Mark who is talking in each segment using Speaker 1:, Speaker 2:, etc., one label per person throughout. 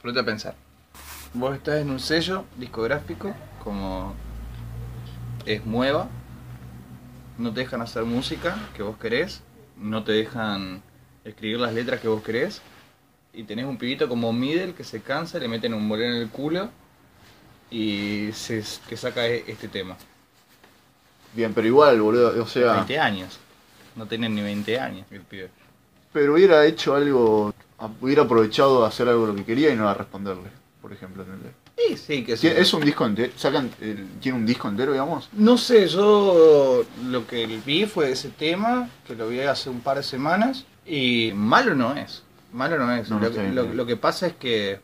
Speaker 1: ponete a pensar. Vos estás en un sello discográfico, como es nueva, no te dejan hacer música que vos querés, no te dejan escribir las letras que vos querés, y tenés un pibito como Middle que se cansa, le meten un bolero en el culo y se, que saca e- este tema.
Speaker 2: Bien, pero igual, boludo, o sea,
Speaker 1: 20 años. No tienen ni 20 años el pibe.
Speaker 2: pero hubiera hecho algo, a- hubiera aprovechado a hacer algo lo que quería y no a responderle, por ejemplo. ¿entendés?
Speaker 1: Sí, sí, que sí.
Speaker 2: Tie- Es un disco entero, sacan, el- tiene un disco entero, digamos.
Speaker 1: No sé, yo lo que vi fue ese tema, que lo vi hace un par de semanas, y malo no es. Malo no es.
Speaker 2: No, no
Speaker 1: lo,
Speaker 2: está
Speaker 1: que,
Speaker 2: bien,
Speaker 1: lo-
Speaker 2: bien.
Speaker 1: lo que pasa es que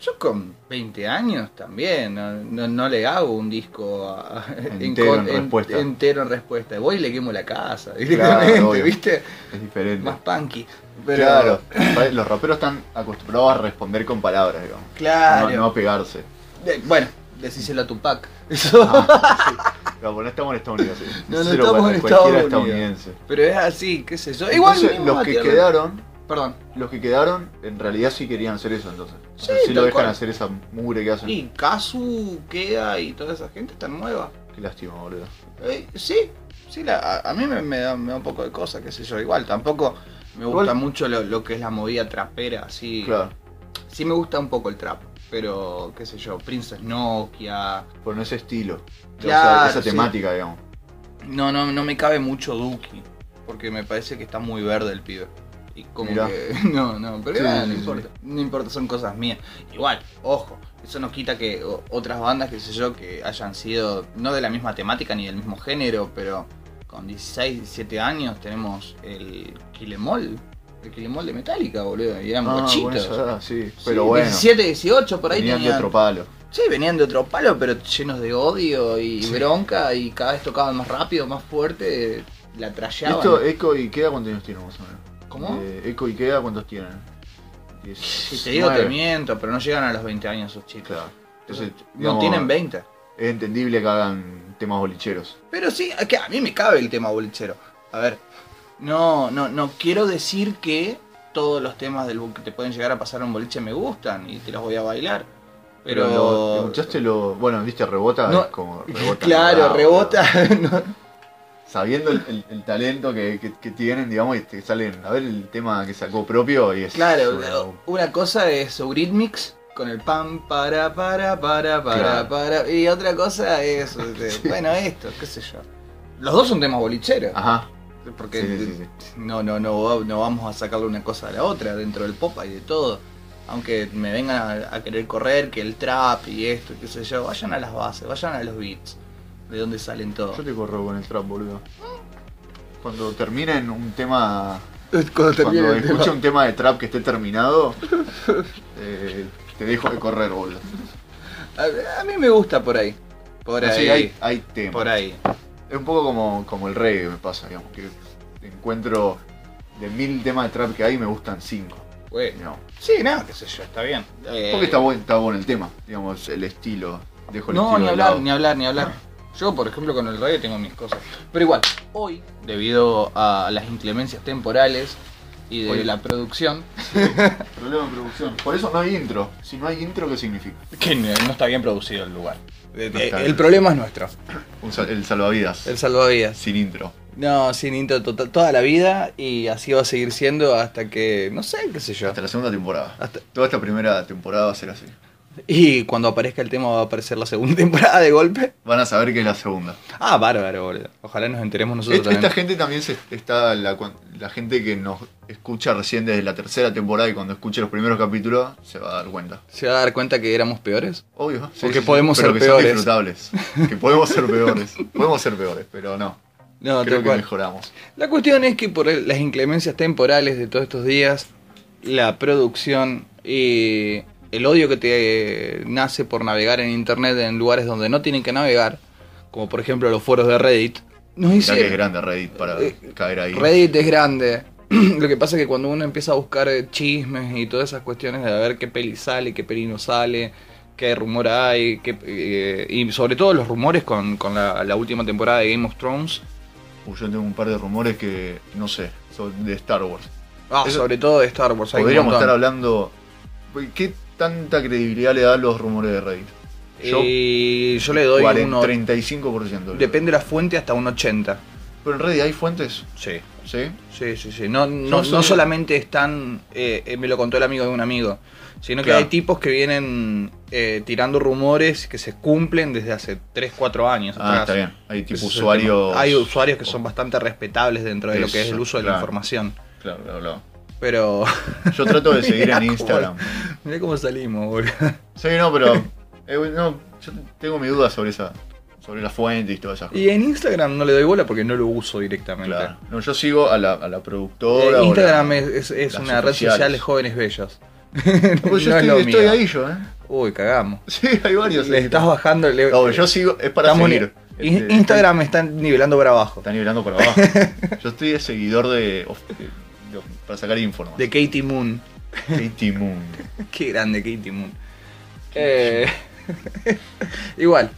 Speaker 1: yo con 20 años también no, no- no le hago un disco a- a-
Speaker 2: Entero en
Speaker 1: con-
Speaker 2: respuesta.
Speaker 1: entero en respuesta. Voy y le quemo la casa
Speaker 2: Claro,
Speaker 1: directamente,
Speaker 2: obvio.
Speaker 1: ¿viste?
Speaker 2: Es diferente.
Speaker 1: Más punky. Pero,
Speaker 2: Claro, ¿sabes? los raperos están acostumbrados a responder con palabras, digamos.
Speaker 1: Claro.
Speaker 2: No, no a pegarse.
Speaker 1: De- bueno, decíselo a Tupac.
Speaker 2: Ah. Pero bueno, estamos en Estados Unidos. sí.
Speaker 1: No, no
Speaker 2: Se lo
Speaker 1: estamos
Speaker 2: pasa
Speaker 1: en
Speaker 2: a cualquiera
Speaker 1: Estados Unidos.
Speaker 2: estadounidense.
Speaker 1: Pero es así, qué sé yo. Igual
Speaker 2: Entonces,
Speaker 1: vinimos a
Speaker 2: los que
Speaker 1: tierra-
Speaker 2: quedaron,
Speaker 1: Perdón.
Speaker 2: los que quedaron, en realidad sí querían hacer eso entonces. O sea,
Speaker 1: Sí,
Speaker 2: sí lo
Speaker 1: tal
Speaker 2: dejan
Speaker 1: cual.
Speaker 2: hacer esa mugre que hacen.
Speaker 1: Y Kazu, Kea y toda esa gente está nueva.
Speaker 2: Qué lástima, boludo.
Speaker 1: Eh, sí, sí, la- a, a mí me, me da, me da un poco de cosa, qué sé yo. Igual, tampoco me gusta
Speaker 2: Igual-
Speaker 1: mucho lo, lo que es la movida trapera, así.
Speaker 2: Claro.
Speaker 1: Sí me gusta un poco el trap, pero qué sé yo, Princess Nokia.
Speaker 2: Por no ese estilo. O sea,
Speaker 1: Claro,
Speaker 2: esa
Speaker 1: sí.
Speaker 2: temática, digamos.
Speaker 1: No, no, no me cabe mucho Duki, porque me parece que está muy verde el pibe. Y como
Speaker 2: Mirá.
Speaker 1: que. No, no, pero
Speaker 2: Sí,
Speaker 1: nada,
Speaker 2: sí,
Speaker 1: no
Speaker 2: sí.
Speaker 1: importa. No importa, son cosas mías. Igual, ojo, eso nos quita que o- otras bandas, qué sé yo, que hayan sido no de la misma temática ni del mismo género, pero con 16, 17 años tenemos el Kilemol. El Kilemol de Metallica, boludo. Y éramos
Speaker 2: Ah,
Speaker 1: chitos.
Speaker 2: bueno, esa edad, sí.
Speaker 1: Sí,
Speaker 2: Pero bueno.
Speaker 1: 17, 18, por ahí
Speaker 2: venían de
Speaker 1: tenían-
Speaker 2: otro palo.
Speaker 1: Sí, venían de otro palo, pero llenos de odio y
Speaker 2: Sí.
Speaker 1: bronca y cada vez tocaban más rápido, más fuerte, la trayaban.
Speaker 2: Esto, Eco y Queda, ¿cuántos años tienen más o menos?
Speaker 1: ¿Cómo?
Speaker 2: Eh, Eco y Queda, ¿cuántos tienen?
Speaker 1: Si te digo te
Speaker 2: 19.
Speaker 1: miento, pero no llegan a los 20 años esos chicos.
Speaker 2: Claro. Entonces,
Speaker 1: no
Speaker 2: digamos,
Speaker 1: tienen 20.
Speaker 2: Es entendible que hagan temas bolicheros.
Speaker 1: Pero sí, es que a mí me cabe el tema bolichero. A ver, no, no, no quiero decir que todos los temas del bu- que te pueden llegar a pasar a un boliche me gustan y te los voy a bailar. Pero,
Speaker 2: lo, lo escuchaste lo. Bueno, viste, rebota,
Speaker 1: No,
Speaker 2: es como rebota.
Speaker 1: claro,
Speaker 2: bravo,
Speaker 1: rebota.
Speaker 2: bravo.
Speaker 1: no.
Speaker 2: Sabiendo el, el- el talento que, que- que tienen, digamos, y te salen a ver el tema que sacó propio y es.
Speaker 1: Claro,
Speaker 2: bueno,
Speaker 1: una cosa es Eurythmics con el pan para para para para
Speaker 2: Claro.
Speaker 1: para y otra cosa es este,
Speaker 2: Sí.
Speaker 1: bueno esto, qué sé yo. Los dos son temas bolicheros,
Speaker 2: Ajá.
Speaker 1: porque
Speaker 2: sí, sí, sí.
Speaker 1: no no no va- no vamos a sacarle una cosa a la otra dentro del pop y de todo. Aunque me vengan a, a querer correr que el trap y esto, qué sé yo, vayan a las bases, vayan a los beats, de donde salen todos.
Speaker 2: Yo te corro con el trap, boludo. Cuando terminen un tema.
Speaker 1: Cuando
Speaker 2: eh, Cuando escuche un tema de trap que esté terminado, eh, te dejo de correr, boludo.
Speaker 1: a, a mí me gusta por ahí, por ahí,
Speaker 2: Así hay, hay temas.
Speaker 1: por ahí.
Speaker 2: Es un poco como, como el reggae me pasa, digamos, que encuentro de mil temas de trap que hay me gustan cinco.
Speaker 1: Bueno.
Speaker 2: digamos.
Speaker 1: Sí, nada, qué sé yo, está bien. Eh,
Speaker 2: Porque está bueno, está bueno el tema, digamos, el estilo. Dejo el
Speaker 1: No,
Speaker 2: estilo
Speaker 1: ni
Speaker 2: de
Speaker 1: hablar,
Speaker 2: lado.
Speaker 1: ni hablar, ni hablar. Yo, por ejemplo, con el reggae tengo mis cosas. Pero igual, hoy, debido a las inclemencias temporales y de
Speaker 2: Hoy.
Speaker 1: la producción,
Speaker 2: Problema en producción. Por eso no hay intro. Si no hay intro, ¿qué significa?
Speaker 1: que no, no está bien producido el lugar. Eh,
Speaker 2: No
Speaker 1: eh,
Speaker 2: está
Speaker 1: el
Speaker 2: bien.
Speaker 1: problema es nuestro.
Speaker 2: Un sal- el salvavidas.
Speaker 1: El salvavidas.
Speaker 2: Sin intro.
Speaker 1: No, sin intro total, toda la vida y así va a seguir siendo hasta que, no sé, qué sé yo.
Speaker 2: Hasta la segunda temporada.
Speaker 1: Hasta-
Speaker 2: Toda esta primera temporada va a ser así.
Speaker 1: Y cuando aparezca el tema va a aparecer la segunda temporada de golpe.
Speaker 2: Van a saber que es la segunda.
Speaker 1: Ah, bárbaro, boludo. Ojalá nos enteremos nosotros
Speaker 2: Esta,
Speaker 1: también.
Speaker 2: esta gente también se está la, cuan- la gente que nos escucha recién desde la tercera temporada y cuando escuche los primeros capítulos se va a dar cuenta.
Speaker 1: ¿Se va a dar cuenta que éramos peores?
Speaker 2: Obvio. sí,
Speaker 1: Porque
Speaker 2: sí,
Speaker 1: podemos
Speaker 2: pero
Speaker 1: ser
Speaker 2: que
Speaker 1: peores.
Speaker 2: Son disfrutables. Que podemos ser peores. podemos ser peores, pero no.
Speaker 1: No,
Speaker 2: Creo
Speaker 1: tal
Speaker 2: que
Speaker 1: cual.
Speaker 2: mejoramos.
Speaker 1: La cuestión es que por las inclemencias temporales de todos estos días, la producción y el odio que te nace por navegar en internet en lugares donde no tienen que navegar, como por ejemplo los foros de Reddit, nos
Speaker 2: Ya que es
Speaker 1: hicieron.
Speaker 2: grande Reddit para
Speaker 1: Eh,
Speaker 2: caer ahí.
Speaker 1: Reddit es grande. Lo que pasa es que cuando uno empieza a buscar eh, chismes y todas esas cuestiones de a ver qué peli sale, qué peli no sale, qué rumor hay, qué, eh, y sobre todo los rumores con, con la- la última temporada de Game of Thrones,
Speaker 2: Uy, yo tengo un par de rumores que no sé, son de Star Wars.
Speaker 1: Ah,
Speaker 2: Eso-
Speaker 1: sobre todo de Star Wars. hay un
Speaker 2: Podríamos
Speaker 1: montón.
Speaker 2: estar hablando. ¿Qué tanta credibilidad le da los rumores de Reddit? Yo,
Speaker 1: Eh, Y yo le doy
Speaker 2: 40,
Speaker 1: uno.
Speaker 2: 35%.
Speaker 1: Depende de la fuente hasta un 80.
Speaker 2: Pero en Reddit hay fuentes,
Speaker 1: Sí.
Speaker 2: ¿sí?
Speaker 1: Sí, sí, sí. No, no,
Speaker 2: Son-
Speaker 1: no
Speaker 2: son-
Speaker 1: solamente están. eh, eh, me lo contó el amigo de un amigo. Sino que
Speaker 2: Claro.
Speaker 1: hay tipos que vienen eh, tirando rumores que se cumplen desde hace 3, 4 años.
Speaker 2: Ah,
Speaker 1: atrás.
Speaker 2: está bien. Hay tipo
Speaker 1: Ese es el
Speaker 2: usuarios.
Speaker 1: tema. Hay usuarios que son bastante respetables dentro de lo que es el
Speaker 2: Eso,
Speaker 1: uso de la
Speaker 2: claro.
Speaker 1: información.
Speaker 2: Claro, claro, claro.
Speaker 1: Pero.
Speaker 2: Yo trato de seguir
Speaker 1: Mirá
Speaker 2: en
Speaker 1: cómo-
Speaker 2: Instagram.
Speaker 1: Mirá cómo salimos, boludo.
Speaker 2: Sí, no, pero. eh, bueno, no, yo tengo mi duda sobre esa. Sobre las fuentes y todas esas cosas.
Speaker 1: Y en Instagram no le doy bola porque no lo uso directamente.
Speaker 2: Claro. No, yo sigo a la, a la
Speaker 1: Eh,
Speaker 2: productora. o
Speaker 1: Instagram
Speaker 2: la-
Speaker 1: es, es- es
Speaker 2: las
Speaker 1: una red social de
Speaker 2: oficiales.
Speaker 1: jóvenes bellos.
Speaker 2: Pues
Speaker 1: No es
Speaker 2: yo estoy,
Speaker 1: lo
Speaker 2: estoy
Speaker 1: mío.
Speaker 2: ahí yo, ¿eh?
Speaker 1: Uy, cagamos.
Speaker 2: Sí, hay varios.
Speaker 1: Le
Speaker 2: ahí.
Speaker 1: estás bajando. le-
Speaker 2: No, yo sigo. Es para
Speaker 1: estamos
Speaker 2: seguir.
Speaker 1: ni- In-
Speaker 2: Este,
Speaker 1: Instagram me están nivelando para abajo.
Speaker 2: Está nivelando por abajo. Yo estoy de seguidor de. of- de- de- para sacar info. nomás.
Speaker 1: De Katie Moon.
Speaker 2: Katie Moon.
Speaker 1: Qué grande Katie Moon. Eh, igual,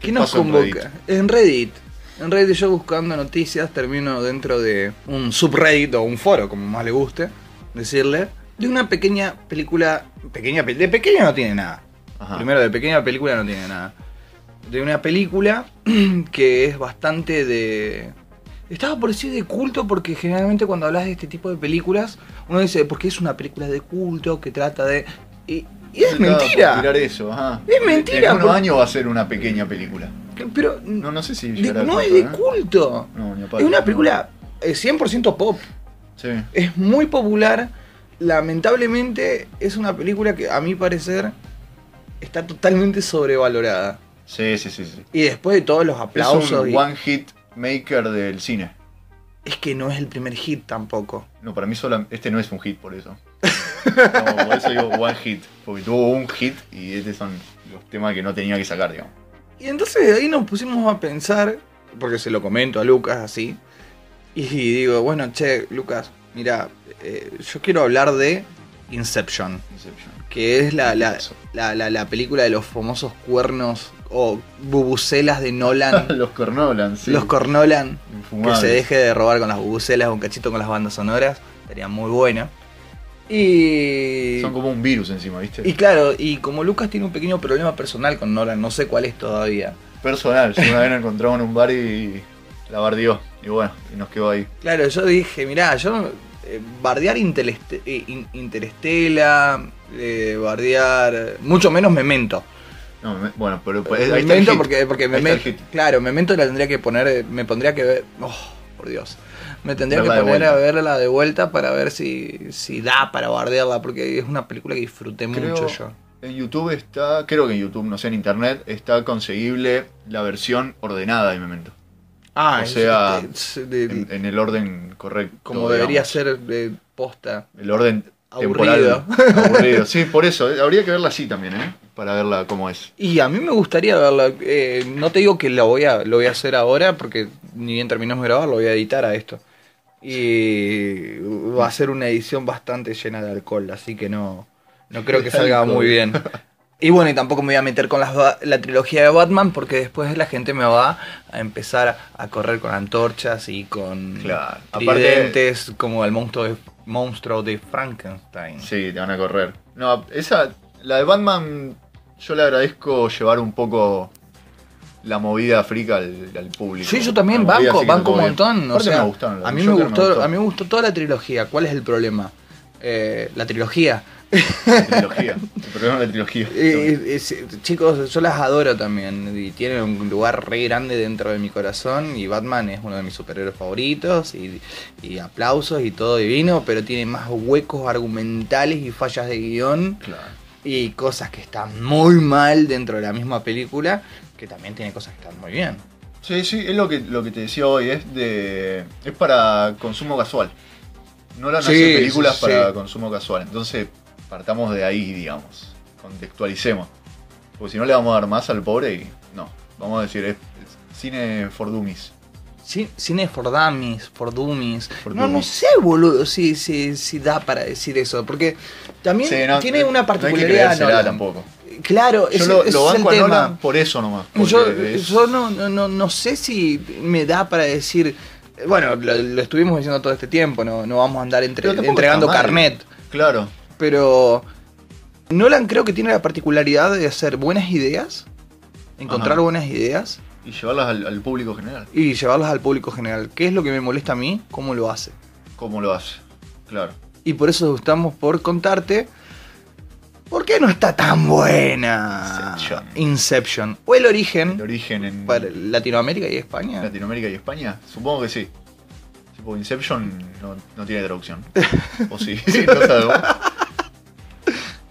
Speaker 1: ¿qué,
Speaker 2: ¿Qué
Speaker 1: nos
Speaker 2: pasó en
Speaker 1: convoca? En Reddit. En Reddit yo buscando noticias termino dentro de un subreddit o un foro, como más le guste decirle, de una pequeña película, pequeña pe- de pequeña no tiene nada.
Speaker 2: Ajá.
Speaker 1: Primero de pequeña película no tiene nada. De una película que es bastante de estaba por decir de culto porque generalmente cuando hablas de este tipo de películas uno dice porque es una película de culto que trata de y, y es
Speaker 2: Estaba por
Speaker 1: mentira.
Speaker 2: tirar eso, ajá.
Speaker 1: Es mentira,
Speaker 2: En unos
Speaker 1: por-
Speaker 2: años va a ser una pequeña película.
Speaker 1: Pero
Speaker 2: No, no sé si
Speaker 1: de-
Speaker 2: llegará al
Speaker 1: no es
Speaker 2: punto,
Speaker 1: de
Speaker 2: ¿eh?
Speaker 1: culto.
Speaker 2: No, ni a palo.
Speaker 1: Es una película eh, 100% pop.
Speaker 2: Sí.
Speaker 1: es muy popular. Lamentablemente es una película que a mi parecer está totalmente sobrevalorada.
Speaker 2: Sí, sí, sí, sí.
Speaker 1: Y después de todos los
Speaker 2: Es
Speaker 1: aplausos,
Speaker 2: un
Speaker 1: y- es,
Speaker 2: one hit maker del cine.
Speaker 1: que no es el primer hit tampoco.
Speaker 2: No, para mí sola, este no es un hit por eso. No, por eso digo one hit. Porque tuvo un hit y estos son los temas que no tenía que sacar, digamos.
Speaker 1: Y entonces de ahí nos pusimos a pensar, porque se lo comento a Lucas así, y digo, bueno, che, Lucas, mira, eh, yo quiero hablar de Inception,
Speaker 2: Inception.
Speaker 1: que es la, la, la- la- la película de los famosos cuernos o bubucelas de Nolan,
Speaker 2: los Cornolan, sí.
Speaker 1: los Cornolan. que
Speaker 2: Infumables.
Speaker 1: se deje de robar con las bubucelas, un cachito con las bandas sonoras, estaría muy buena. Y,
Speaker 2: Son como un virus encima, ¿viste?
Speaker 1: y claro, y como Lucas tiene un pequeño problema personal con Nolan, no sé cuál es todavía.
Speaker 2: Personal, yo una vez nos encontramos en un bar y la bardió. Y bueno, y nos quedó ahí.
Speaker 1: Claro, yo dije, mirá, yo eh, bardear Intereste- eh, in- Interestela, eh, bardear, mucho menos Memento.
Speaker 2: No, me- bueno, pero pues, ahí está el
Speaker 1: Memento
Speaker 2: hit.
Speaker 1: porque, porque
Speaker 2: Ahí está el
Speaker 1: Memento,
Speaker 2: hit.
Speaker 1: claro, Memento la tendría que poner, eh, me pondría que ver, oh, por Dios, me tendría
Speaker 2: Verla
Speaker 1: que
Speaker 2: de
Speaker 1: poner a
Speaker 2: vuelta.
Speaker 1: verla de vuelta para ver si, si da para bardearla, porque es una película que disfruté
Speaker 2: Creo-
Speaker 1: mucho yo.
Speaker 2: En YouTube está, creo que en YouTube, no sé, en Internet, está conseguible la versión ordenada de Memento.
Speaker 1: Ah,
Speaker 2: o
Speaker 1: es-
Speaker 2: sea,
Speaker 1: es- es de-
Speaker 2: En, en el orden correcto.
Speaker 1: Eh, como debería
Speaker 2: digamos.
Speaker 1: ser de posta.
Speaker 2: El orden
Speaker 1: Aburrido.
Speaker 2: temporal. Aburrido. Sí, por eso. eh, Habría que verla así también, ¿eh? Para verla cómo es.
Speaker 1: Y a mí me gustaría verla, eh, no te digo que la voy a, lo voy a hacer ahora, porque ni bien terminamos de grabar, lo voy a editar a esto. Y va a ser una edición bastante llena de alcohol, así que no, no creo que salga
Speaker 2: Alcohol.
Speaker 1: muy bien. Y bueno, y tampoco me voy a meter con las ba- la trilogía de Batman, porque después la gente me va a empezar a correr con antorchas y con
Speaker 2: Claro. Aparte-
Speaker 1: tridentes, como el monstruo de, monstruo de Frankenstein.
Speaker 2: Sí, te van a correr. No, esa. La de Batman. Yo le agradezco llevar un poco la movida frica al, al público.
Speaker 1: Sí, yo también
Speaker 2: La movida
Speaker 1: banco,
Speaker 2: así que
Speaker 1: banco
Speaker 2: estuvo
Speaker 1: un
Speaker 2: bien.
Speaker 1: montón. O
Speaker 2: Aparte
Speaker 1: sea,
Speaker 2: me gustaron las
Speaker 1: a
Speaker 2: de
Speaker 1: mí me
Speaker 2: Joker,
Speaker 1: gustó,
Speaker 2: gustó.
Speaker 1: a mí me gustó toda la trilogía. ¿Cuál es el problema? Eh, la trilogía.
Speaker 2: La trilogía. El problema de la trilogía.
Speaker 1: Eh, eh, es- chicos, yo las adoro también y tienen un lugar re grande dentro de mi corazón y Batman es uno de mis superhéroes favoritos y, y aplausos y todo divino, pero tiene más huecos argumentales y fallas de guión
Speaker 2: Claro.
Speaker 1: y cosas que están muy mal dentro de la misma película, que también tiene cosas que están muy bien.
Speaker 2: Sí, sí, es lo que, lo que te decía hoy, es de. es para consumo casual. No la
Speaker 1: Sí,
Speaker 2: hace películas
Speaker 1: sí,
Speaker 2: para
Speaker 1: sí.
Speaker 2: consumo casual. Entonces, partamos de ahí, digamos. Contextualicemos. Porque si no le vamos a dar más al pobre y. No. Vamos a decir, es, es cine for dummies.
Speaker 1: Ci- Cine for dummies, for dummies.
Speaker 2: For
Speaker 1: no, no
Speaker 2: dummies.
Speaker 1: sé, boludo, si, si, si da para decir eso. Porque también
Speaker 2: Sí, no,
Speaker 1: tiene
Speaker 2: eh,
Speaker 1: una
Speaker 2: no hay que
Speaker 1: particularidad.
Speaker 2: creérsela
Speaker 1: Nolan.
Speaker 2: tampoco.
Speaker 1: Claro,
Speaker 2: Yo
Speaker 1: ese-
Speaker 2: lo,
Speaker 1: ese
Speaker 2: lo
Speaker 1: es el
Speaker 2: banco a
Speaker 1: tema.
Speaker 2: Nolan por eso nomás. porque
Speaker 1: Yo,
Speaker 2: es-
Speaker 1: yo no, no, no, no sé si me da para decir. Bueno, lo, lo estuvimos diciendo todo este tiempo, no, no vamos a andar entre-
Speaker 2: Pero tampoco
Speaker 1: entregando
Speaker 2: está mal.
Speaker 1: carnet.
Speaker 2: Claro.
Speaker 1: Pero Nolan creo que tiene la particularidad de hacer buenas ideas, encontrar
Speaker 2: Ajá.
Speaker 1: buenas ideas
Speaker 2: Y llevarlas al, al público general.
Speaker 1: y llevarlas al público general. ¿Qué es lo que me molesta a mí? ¿Cómo lo hace?
Speaker 2: ¿Cómo lo hace? Claro.
Speaker 1: Y por eso estamos por contarte. ¿Por qué no está tan buena?
Speaker 2: Inception.
Speaker 1: Inception. O el
Speaker 2: El
Speaker 1: origen
Speaker 2: origen en
Speaker 1: para Latinoamérica y España.
Speaker 2: Latinoamérica y España. Supongo que sí. Tipo, Inception no, no tiene traducción. o sí, no sabemos.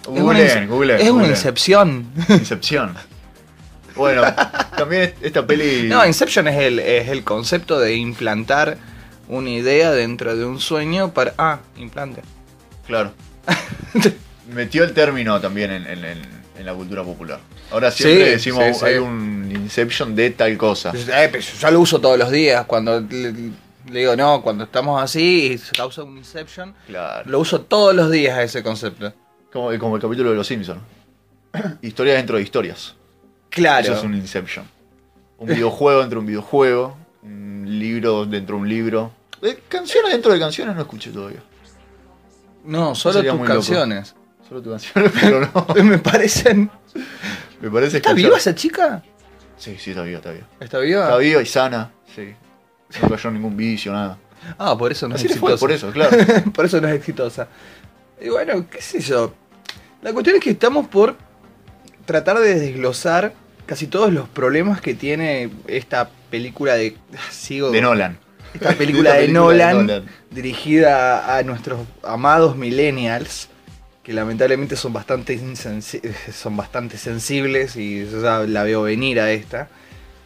Speaker 1: una
Speaker 2: Google,
Speaker 1: ince-
Speaker 2: Google.
Speaker 1: Es una incepción.
Speaker 2: Incepción. Bueno, también es- esta peli.
Speaker 1: No, Inception es el, es el concepto de implantar una idea dentro de un sueño para... Ah, implante.
Speaker 2: Claro. Metió el término también en, en- en- en la cultura popular. Ahora
Speaker 1: Sí,
Speaker 2: siempre decimos
Speaker 1: sí, sí.
Speaker 2: hay un Inception de tal cosa.
Speaker 1: Eh, pero yo lo uso todos los días. Cuando le, le digo, no, cuando estamos así y se causa un Inception,
Speaker 2: Claro.
Speaker 1: lo uso todos los días a ese concepto.
Speaker 2: Como, como el capítulo de Los Simpsons. historias dentro de historias.
Speaker 1: Claro.
Speaker 2: Eso es un Inception. Un videojuego dentro de un videojuego. Un libro dentro de un libro. Eh, canciones dentro de canciones no escuché todavía.
Speaker 1: No, solo
Speaker 2: Sería
Speaker 1: tus
Speaker 2: muy loco.
Speaker 1: canciones.
Speaker 2: Solo tu canción, pero no.
Speaker 1: Me parecen...
Speaker 2: Me parece
Speaker 1: ¿Está Ah.
Speaker 2: escuchar-
Speaker 1: viva esa chica?
Speaker 2: Sí, sí, está viva, está viva.
Speaker 1: ¿Está viva?
Speaker 2: Está viva y sana. Sí. No cayó en ningún vicio, nada.
Speaker 1: Ah, por eso no
Speaker 2: Así
Speaker 1: es
Speaker 2: le fue,
Speaker 1: exitosa.
Speaker 2: por eso, claro.
Speaker 1: Por eso no es exitosa. Y bueno, qué sé yo. La cuestión es que estamos por tratar de desglosar casi todos los problemas que tiene esta película de. ah, Sigo.
Speaker 2: De Nolan.
Speaker 1: Esta película de,
Speaker 2: Esta película de
Speaker 1: Nolan,
Speaker 2: Nolan.
Speaker 1: dirigida a nuestros amados millennials, que lamentablemente son bastante, insensi- son bastante sensibles y yo ya la veo venir a esta.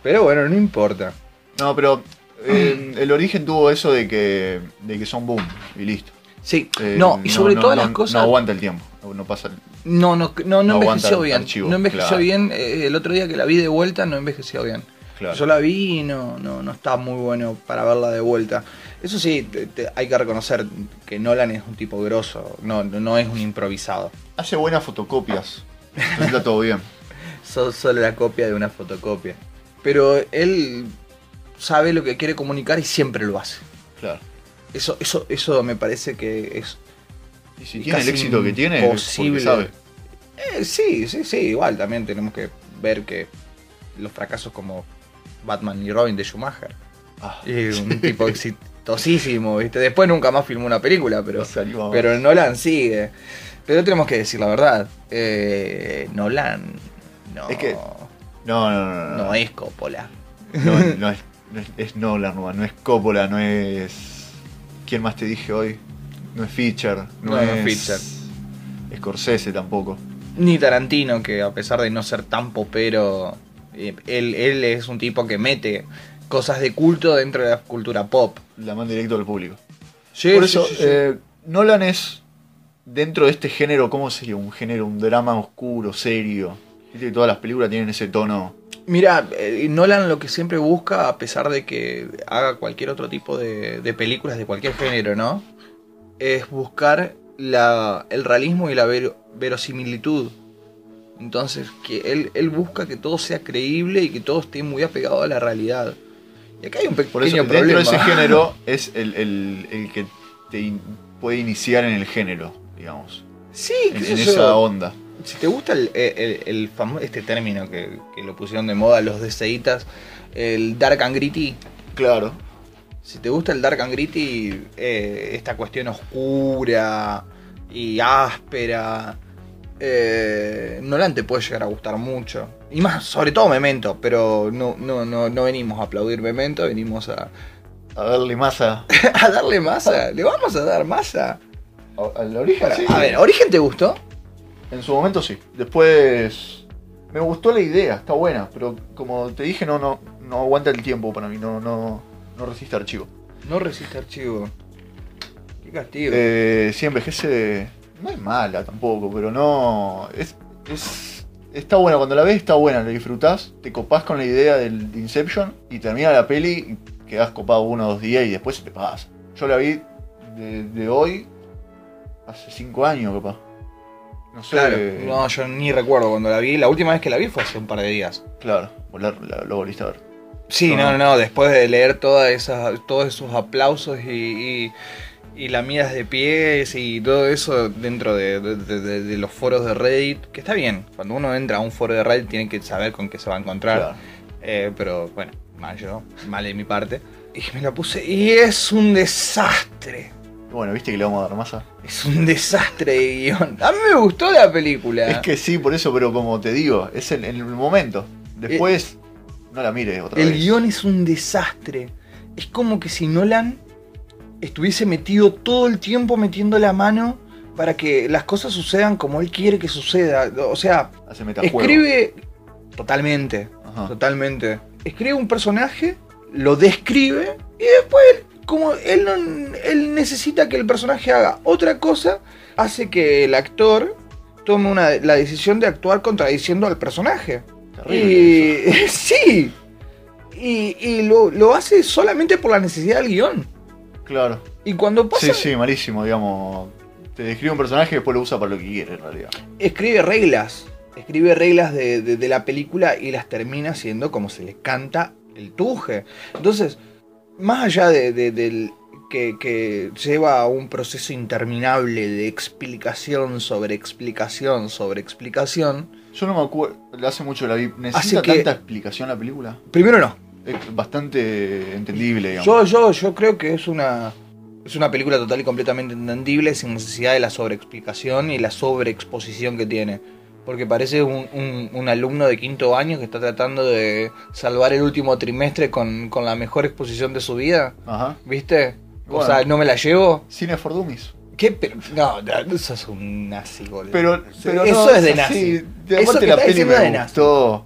Speaker 1: Pero bueno, no importa.
Speaker 2: No, pero eh, el origen tuvo eso de que, de que son boom y listo.
Speaker 1: Sí,
Speaker 2: Eh,
Speaker 1: no, y sobre
Speaker 2: no,
Speaker 1: todas
Speaker 2: no,
Speaker 1: las cosas.
Speaker 2: No aguanta el tiempo. No, no pasa. el-
Speaker 1: No, no, no, no,
Speaker 2: No aguanta
Speaker 1: envejeció
Speaker 2: el
Speaker 1: bien.
Speaker 2: archivo,
Speaker 1: no envejeció
Speaker 2: claro.
Speaker 1: bien. eh, el otro día que la vi de vuelta no envejeció bien.
Speaker 2: Claro.
Speaker 1: Yo la vi y no, no, no está muy bueno para verla de vuelta. Eso sí, te- te- hay que reconocer que Nolan es un tipo grosso, no, no no es un improvisado.
Speaker 2: Hace buenas fotocopias. Entonces está todo bien.
Speaker 1: So- solo la copia de una fotocopia. Pero él sabe lo que quiere comunicar y siempre lo hace.
Speaker 2: Claro.
Speaker 1: Eso, eso, eso me parece que es
Speaker 2: Y si
Speaker 1: Es
Speaker 2: tiene el
Speaker 1: casi
Speaker 2: éxito que tiene, es porque
Speaker 1: imposible.
Speaker 2: sabe.
Speaker 1: Eh, sí, sí, sí, igual también tenemos que ver que los fracasos como Batman y Robin de Schumacher.
Speaker 2: Ah,
Speaker 1: Y un tipo exitosísimo, ¿viste? Después nunca más filmó una película, pero,
Speaker 2: no salió a-
Speaker 1: pero Nolan sigue. Pero tenemos que decir la verdad. eh, Nolan no,
Speaker 2: Es que- no, no, no, no,
Speaker 1: no es Coppola.
Speaker 2: No, no es, no es, es Nolan, nomás, no es Coppola, no es. ¿Quién más te dije hoy? No es Fischer. No,
Speaker 1: No, no es
Speaker 2: es Scorsese tampoco.
Speaker 1: Ni Tarantino, que a pesar de no ser tan popero, eh, él, él es un tipo que mete cosas de culto dentro de la cultura pop.
Speaker 2: La manda directo al público.
Speaker 1: Sí,
Speaker 2: Por
Speaker 1: sí,
Speaker 2: eso,
Speaker 1: sí, sí.
Speaker 2: eh, Nolan es dentro de este género, ¿cómo sería? Un género, un drama oscuro, serio. Viste que todas las películas tienen ese tono.
Speaker 1: Mira, eh, Nolan lo que siempre busca, a pesar de que haga cualquier otro tipo de, de películas de cualquier género, ¿no? Es buscar la, el realismo y la ver- verosimilitud. Entonces, que él, él busca que todo sea creíble y que todo esté muy apegado a la realidad. Y acá hay un pequeño
Speaker 2: Por eso, dentro
Speaker 1: problema.
Speaker 2: de ese género es el, el- el que te in- puede iniciar en el género, digamos.
Speaker 1: sí,
Speaker 2: En,
Speaker 1: qué
Speaker 2: en
Speaker 1: sé
Speaker 2: esa
Speaker 1: yo.
Speaker 2: onda.
Speaker 1: Si te gusta el, el- el famo- este término que, que lo pusieron de moda los deseitas, el dark and gritty.
Speaker 2: Claro.
Speaker 1: Si te gusta el Dark and Gritty, eh, esta cuestión oscura y áspera, eh, Nolan te puede llegar a gustar mucho. Y más, sobre todo Memento, pero no, no, no, no venimos a aplaudir Memento, venimos a,
Speaker 2: A darle más a,
Speaker 1: a darle masa. Le vamos a dar masa.
Speaker 2: a- al origen.
Speaker 1: Para-
Speaker 2: sí.
Speaker 1: A ver, ¿Origen te gustó?
Speaker 2: En su momento sí. Después. Me gustó la idea, está buena, pero como te dije, no, no, no aguanta el tiempo para mí, no, no, no resiste archivo.
Speaker 1: No resiste archivo. Qué castigo.
Speaker 2: Eh, sí, envejece. No es mala tampoco, pero no. Es, es- está buena, cuando la ves está buena, la disfrutás, te copás con la idea del de Inception y termina la peli y quedás copado uno o dos días y después se te pasa. Yo la vi de, de hoy, hace cinco años capaz. No sé.
Speaker 1: claro. No, yo ni recuerdo cuando la vi. La última vez que la vi fue hace un par de días.
Speaker 2: Claro, vos la, la- lo volviste a ver.
Speaker 1: Sí, no, no,
Speaker 2: No.
Speaker 1: no, después de leer todas esas, todos esos aplausos y, y- y, y lamidas de pies y todo eso dentro de, de- de- de los foros de Reddit, que está bien. Cuando uno entra a un foro de Reddit tiene que saber con qué se va a encontrar.
Speaker 2: Claro.
Speaker 1: Eh, pero bueno, mal yo, mal de mi parte. Y me la puse y es un desastre.
Speaker 2: Bueno, viste que le vamos a dar masa.
Speaker 1: Es un desastre de guión. A mí me gustó la película.
Speaker 2: Es que sí, por eso, pero como te digo, es en, en el momento. Después, no la mires otra
Speaker 1: Eh, El
Speaker 2: vez.
Speaker 1: guión es un desastre. Es como que si Nolan estuviese metido todo el tiempo metiendo la mano para que las cosas sucedan como él quiere que suceda. O sea,
Speaker 2: Hace metajuego.
Speaker 1: escribe totalmente,
Speaker 2: Ajá.
Speaker 1: totalmente. Escribe un personaje, lo describe y después como él no- él necesita que el personaje haga otra cosa, hace que el actor tome una, la decisión de actuar contradiciendo al personaje.
Speaker 2: Terrible. eso.
Speaker 1: Y sí. Y, y lo, lo hace solamente por la necesidad del guión.
Speaker 2: Claro.
Speaker 1: Y cuando
Speaker 2: Sí,
Speaker 1: pasa,
Speaker 2: sí, malísimo, digamos. Te describe un personaje y después lo usa para lo que quiere, en realidad.
Speaker 1: escribe reglas. Escribe reglas de, de- de la película y las termina haciendo como se le canta el tuje. Entonces, más allá de, de- del que, que lleva a un proceso interminable de explicación sobre explicación sobre explicación,
Speaker 2: Yo no me acuerdo. Hace mucho la vi.
Speaker 1: Hace
Speaker 2: ¿Necesita
Speaker 1: que-
Speaker 2: tanta explicación la película?
Speaker 1: primero no.
Speaker 2: Es bastante entendible, digamos.
Speaker 1: Yo, yo, yo creo que es una. Es una película total y completamente entendible sin necesidad de la sobreexplicación y la sobreexposición que tiene. Porque parece un, un- un alumno de quinto año que está tratando de salvar el último trimestre con, con la mejor exposición de su vida.
Speaker 2: Ajá.
Speaker 1: ¿Viste? O
Speaker 2: Bueno.
Speaker 1: sea, no me la llevo.
Speaker 2: Cine for Dummies.
Speaker 1: ¿Qué? pe- No, no, sos un nazi, boludo.
Speaker 2: Pero, pero
Speaker 1: Eso
Speaker 2: no,
Speaker 1: es de
Speaker 2: sí,
Speaker 1: nazi.
Speaker 2: de-
Speaker 1: Eso
Speaker 2: aparte
Speaker 1: que
Speaker 2: la
Speaker 1: está
Speaker 2: peli
Speaker 1: diciendo es de
Speaker 2: me
Speaker 1: nazi.
Speaker 2: gustó.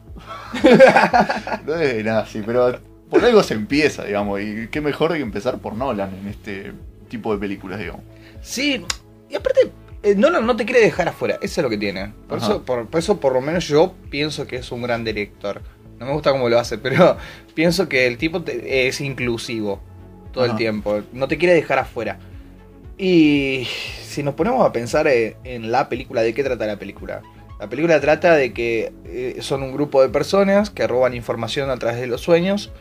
Speaker 2: no es de nazi, pero por algo se empieza, digamos. Y qué mejor que empezar por Nolan en este tipo de películas, digamos.
Speaker 1: Sí, y aparte, eh, Nolan no te quiere dejar afuera, eso es lo que tiene. Por
Speaker 2: Ajá.
Speaker 1: eso por, por eso, por lo menos, yo pienso que es un gran director. No me gusta cómo lo hace, pero pienso que el tipo te- es inclusivo todo el
Speaker 2: Ajá.
Speaker 1: tiempo, no te quiere dejar afuera. Y si nos ponemos a pensar eh, en la película, ¿de qué trata la película? La película trata de que eh, son un grupo de personas que roban información a través de los sueños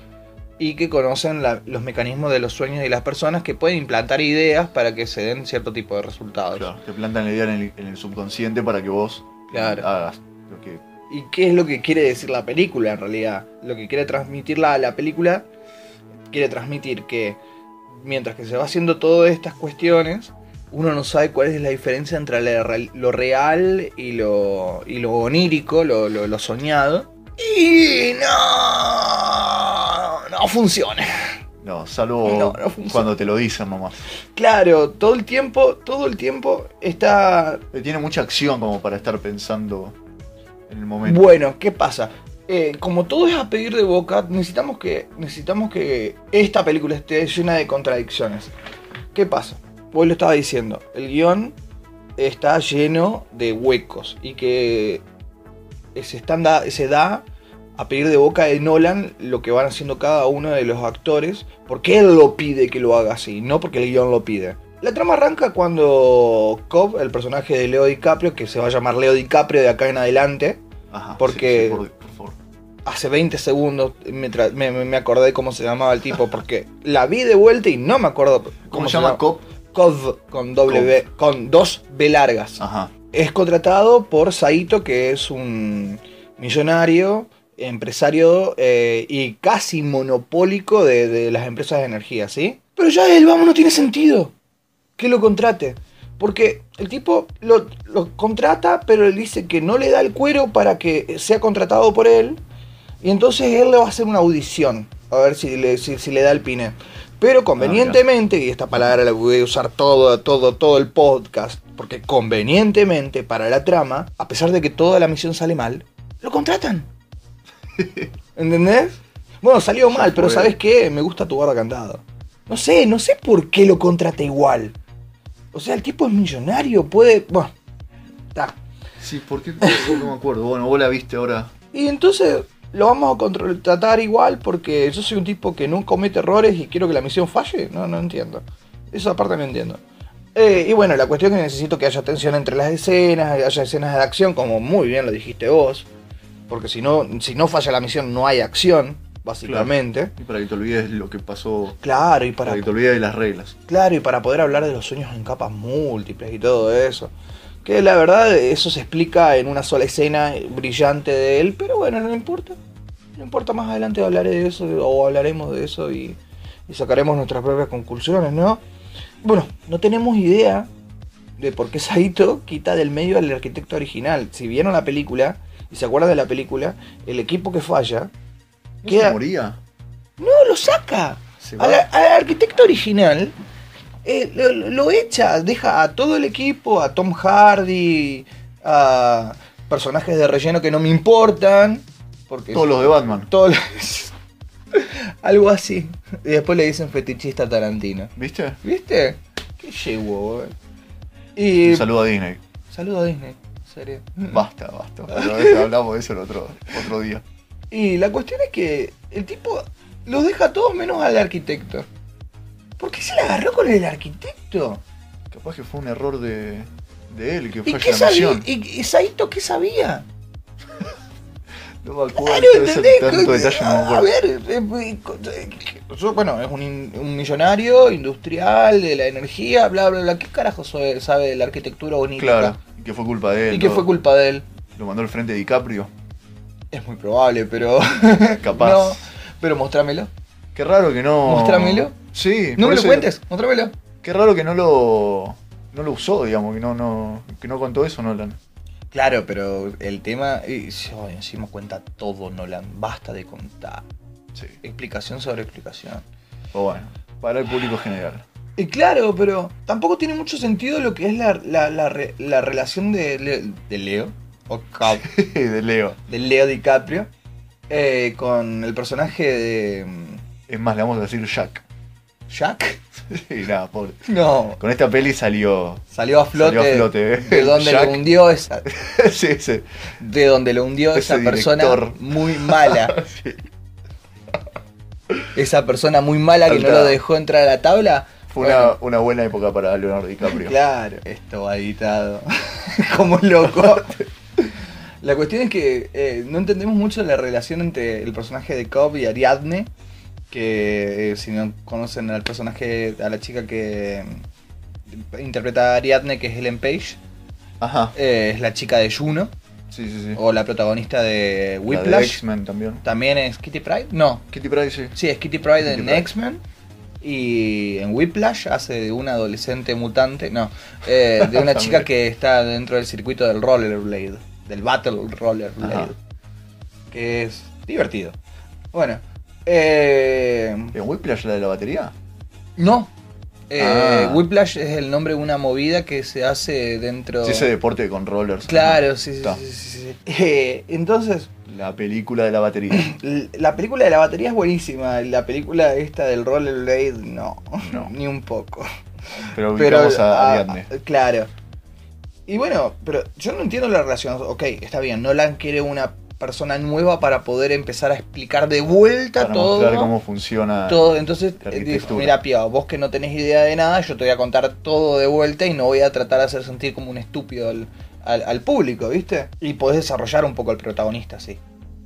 Speaker 1: y que conocen la- los mecanismos de los sueños de las personas que pueden implantar ideas para que se den cierto tipo de resultados.
Speaker 2: Claro, te plantan la idea en el, en el subconsciente para que vos
Speaker 1: Claro.
Speaker 2: hagas lo que.
Speaker 1: ¿Y qué es lo que quiere decir la película en realidad? Lo que quiere transmitir la, la película quiere transmitir que mientras que se va haciendo todas estas cuestiones, uno no sabe cuál es la diferencia entre la real- lo real y lo, y lo onírico, lo, lo- lo soñado. Y no, no funciona.
Speaker 2: No, salvo
Speaker 1: No, no funciona.
Speaker 2: cuando te lo dicen nomás.
Speaker 1: Claro, todo el tiempo, todo el tiempo está
Speaker 2: Eh, Tiene mucha acción como para estar pensando en el momento.
Speaker 1: Bueno, ¿qué pasa? Eh, como todo es a pedir de boca, necesitamos que, necesitamos que esta película esté llena de contradicciones. ¿Qué pasa? Vos lo estaba diciendo, el guión está lleno de huecos y que se, están da- se da a pedir de boca de Nolan lo que van haciendo cada uno de los actores, porque él lo pide que lo haga así, no porque el guión lo pide. La trama arranca cuando Cobb, el personaje de Leo DiCaprio, que se va a llamar Leo DiCaprio de acá en adelante,
Speaker 2: Ajá,
Speaker 1: porque-
Speaker 2: sí, sí, por, por favor.
Speaker 1: hace 20 segundos me, tra- me, me- me acordé cómo se llamaba el tipo, porque la vi de vuelta y no me acuerdo cómo,
Speaker 2: ¿Cómo, se llama? Cop.
Speaker 1: Cov con W, con dos B largas.
Speaker 2: Ajá.
Speaker 1: Es contratado por Saito, que es un millonario, empresario eh, y casi monopólico de, de las empresas de energía, ¿sí? Pero ya el vamos no tiene sentido que lo contrate. Porque el tipo lo, lo contrata, pero él dice que no le da el cuero para que sea contratado por él. Y entonces él le va a hacer una audición, a ver si le, si, si le da el pine. Pero convenientemente, y esta palabra la voy a usar todo, todo, todo el podcast, porque convenientemente para la trama, a pesar de que toda la misión sale mal, lo contratan. ¿Entendés? Bueno, salió
Speaker 2: Ya
Speaker 1: mal, pero
Speaker 2: fue.
Speaker 1: ¿sabes qué? Me gusta tu barba cantado. No sé, no sé por qué lo contrata igual. O sea, el tipo es millonario, puede. Bueno, está.
Speaker 2: Sí, porque no me acuerdo. Bueno, vos la viste ahora.
Speaker 1: Y entonces lo vamos a contratar igual porque yo soy un tipo que no comete errores y quiero que la misión falle. No, no entiendo. Esa parte no entiendo. Eh, y bueno, la cuestión es que necesito que haya tensión entre las escenas, que haya escenas de acción, como muy bien lo dijiste vos. Porque si no, si no falla la misión, no hay acción. básicamente.
Speaker 2: Y para que te olvides lo que pasó,
Speaker 1: Claro, y
Speaker 2: para,
Speaker 1: para,
Speaker 2: que te olvides de las reglas.
Speaker 1: claro, y para poder hablar de los sueños en capas múltiples y todo eso. Que la verdad, eso se explica en una sola escena brillante de él, pero bueno, no importa. No importa, más adelante hablaré de eso, o hablaremos de eso y, y sacaremos nuestras propias conclusiones, ¿no? Bueno, no tenemos idea de por qué Saito quita del medio al arquitecto original. Si vieron la película y se acuerdan de la película, el equipo que falla
Speaker 2: ¿No
Speaker 1: queda-
Speaker 2: se moría?
Speaker 1: No, lo saca.
Speaker 2: Se va.
Speaker 1: Al, al arquitecto original eh, lo, lo echa, deja a todo el equipo, a Tom Hardy, a personajes de relleno que no me importan. Porque
Speaker 2: Todos los de Batman.
Speaker 1: todos los- Algo así. Y después le dicen fetichista Tarantino.
Speaker 2: ¿Viste?
Speaker 1: ¿Viste? Qué llevo, weón.
Speaker 2: Un
Speaker 1: Y.
Speaker 2: saludo a Disney.
Speaker 1: Saludo a Disney. en Serio.
Speaker 2: Basta, basta. Pero de eso hablamos de eso el otro, otro día.
Speaker 1: Y la cuestión es que el tipo los deja a todos menos al arquitecto. ¿Por qué se la agarró con el arquitecto?
Speaker 2: Capaz que fue un error de, de él que
Speaker 1: ¿Y
Speaker 2: falla
Speaker 1: qué
Speaker 2: la
Speaker 1: sabía?
Speaker 2: misión.
Speaker 1: ¿Y, y Saito qué sabía?
Speaker 2: No me acuerdo
Speaker 1: Claro,
Speaker 2: de ese
Speaker 1: ¿entendés?
Speaker 2: tanto detalle, no me
Speaker 1: a
Speaker 2: acuerdo.
Speaker 1: ver, eh, eh, yo, bueno, es un, in- un millonario industrial de la energía, bla, bla, bla. ¿Qué carajo sabe, sabe de la arquitectura bonita?
Speaker 2: Claro, y que fue culpa de él.
Speaker 1: Y que
Speaker 2: ¿no?
Speaker 1: fue culpa de él.
Speaker 2: Lo mandó al frente de DiCaprio.
Speaker 1: Es muy probable, pero.
Speaker 2: Capaz.
Speaker 1: No, pero mostrámelo.
Speaker 2: Qué raro que no.
Speaker 1: Mostrámelo.
Speaker 2: Sí.
Speaker 1: No
Speaker 2: por
Speaker 1: me lo
Speaker 2: eso-
Speaker 1: cuentes, mostrámelo.
Speaker 2: Qué raro que no lo. No lo usó, digamos, que no, no, que no contó eso, Nolan.
Speaker 1: Claro, pero el tema. y- oh, encima cuenta todo, Nolan. Basta de contar.
Speaker 2: Sí.
Speaker 1: Explicación sobre explicación.
Speaker 2: Pero bueno, para el público general.
Speaker 1: Y claro, pero tampoco tiene mucho sentido lo que es la, la- la re- la relación de, Le- de Leo. O Cap-
Speaker 2: de Leo.
Speaker 1: de Leo DiCaprio. eh, con el personaje de. mm,
Speaker 2: Es más, le vamos a decir Jack.
Speaker 1: ¿Jack?
Speaker 2: y nada, pobre.
Speaker 1: No.
Speaker 2: Con esta peli salió.
Speaker 1: Salió a flote.
Speaker 2: Salió a flote, eh.
Speaker 1: De donde
Speaker 2: Jack.
Speaker 1: lo hundió esa.
Speaker 2: sí, sí.
Speaker 1: De donde lo hundió
Speaker 2: Ese
Speaker 1: esa persona
Speaker 2: director.
Speaker 1: muy mala.
Speaker 2: Sí.
Speaker 1: Esa persona muy mala que no
Speaker 2: Alta.
Speaker 1: lo dejó entrar a la tabla.
Speaker 2: Fue una,
Speaker 1: Bueno.
Speaker 2: una buena época para Leonardo DiCaprio.
Speaker 1: Claro, esto va editado. Como loco. La cuestión es que eh, no entendemos mucho la relación entre el personaje de Cobb y Ariadne. Que eh, si no conocen al personaje, a la chica que mm, interpreta a Ariadne, que es Ellen Page,
Speaker 2: Ajá.
Speaker 1: eh, es la chica de Juno,
Speaker 2: Sí, sí, sí.
Speaker 1: o la protagonista de
Speaker 2: La de
Speaker 1: Whiplash.
Speaker 2: X-Men también.
Speaker 1: También es Kitty Pride. No,
Speaker 2: Kitty Pryde, sí.
Speaker 1: Sí, es Kitty Pryde
Speaker 2: Kitty
Speaker 1: en
Speaker 2: Pryde.
Speaker 1: X-Men y en Whiplash hace de una adolescente mutante, no, eh, de una chica
Speaker 2: También.
Speaker 1: que está dentro del circuito del rollerblade, del battle rollerblade,
Speaker 2: Ajá.
Speaker 1: que es divertido. Bueno, eh,
Speaker 2: ¿En Whiplash la de la batería?
Speaker 1: no, eh,
Speaker 2: Ah.
Speaker 1: Whiplash es el nombre de una movida que se hace dentro.
Speaker 2: Sí, ese deporte con rollers.
Speaker 1: Claro, sí, sí,
Speaker 2: Está.
Speaker 1: sí, sí, sí. Eh, entonces,
Speaker 2: La película de la batería.
Speaker 1: L- La película de la batería es buenísima. La película esta del Rollerblade, no.
Speaker 2: No.
Speaker 1: Ni un poco.
Speaker 2: Pero ubicamos a
Speaker 1: ah,
Speaker 2: Ariadne.
Speaker 1: a- Claro. Y bueno, pero yo no entiendo la relación. Ok, está bien. Nolan quiere una persona nueva para poder empezar a explicar de vuelta
Speaker 2: Para
Speaker 1: todo.
Speaker 2: mostrar cómo funciona.
Speaker 1: todo. Entonces,
Speaker 2: la
Speaker 1: eh, dijo,
Speaker 2: arquitectura.
Speaker 1: mira, Pia, vos que no tenés idea de nada, yo te voy a contar todo de vuelta y no voy a tratar de hacer sentir como un estúpido al, al- al público, ¿viste? Y podés desarrollar un poco al protagonista, sí.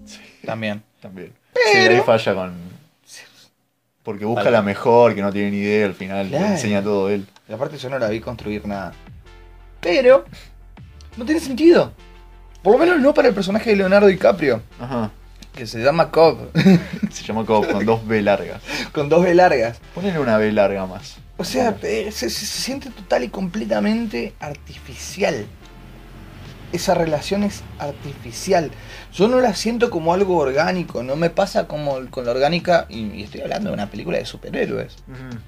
Speaker 2: Sí,
Speaker 1: También.
Speaker 2: también. Sí, ahí falla con. Porque busca la mejor, que no tiene ni idea al final. Le
Speaker 1: Claro.
Speaker 2: enseña todo él.
Speaker 1: Y aparte yo no la vi construir nada. Pero no tiene sentido. Por lo menos no para el personaje de Leonardo DiCaprio,
Speaker 2: Ajá.
Speaker 1: que se llama Cobb,
Speaker 2: Se llama Cobb con dos B largas.
Speaker 1: con dos B largas.
Speaker 2: Ponele una B larga más.
Speaker 1: O sea,
Speaker 2: Bueno.
Speaker 1: eh, se, se- se siente total y completamente artificial. Esa relación es artificial. Yo no la siento como algo orgánico, no me pasa como el- con la orgánica, y, y estoy hablando de una película de superhéroes.
Speaker 2: Ujú.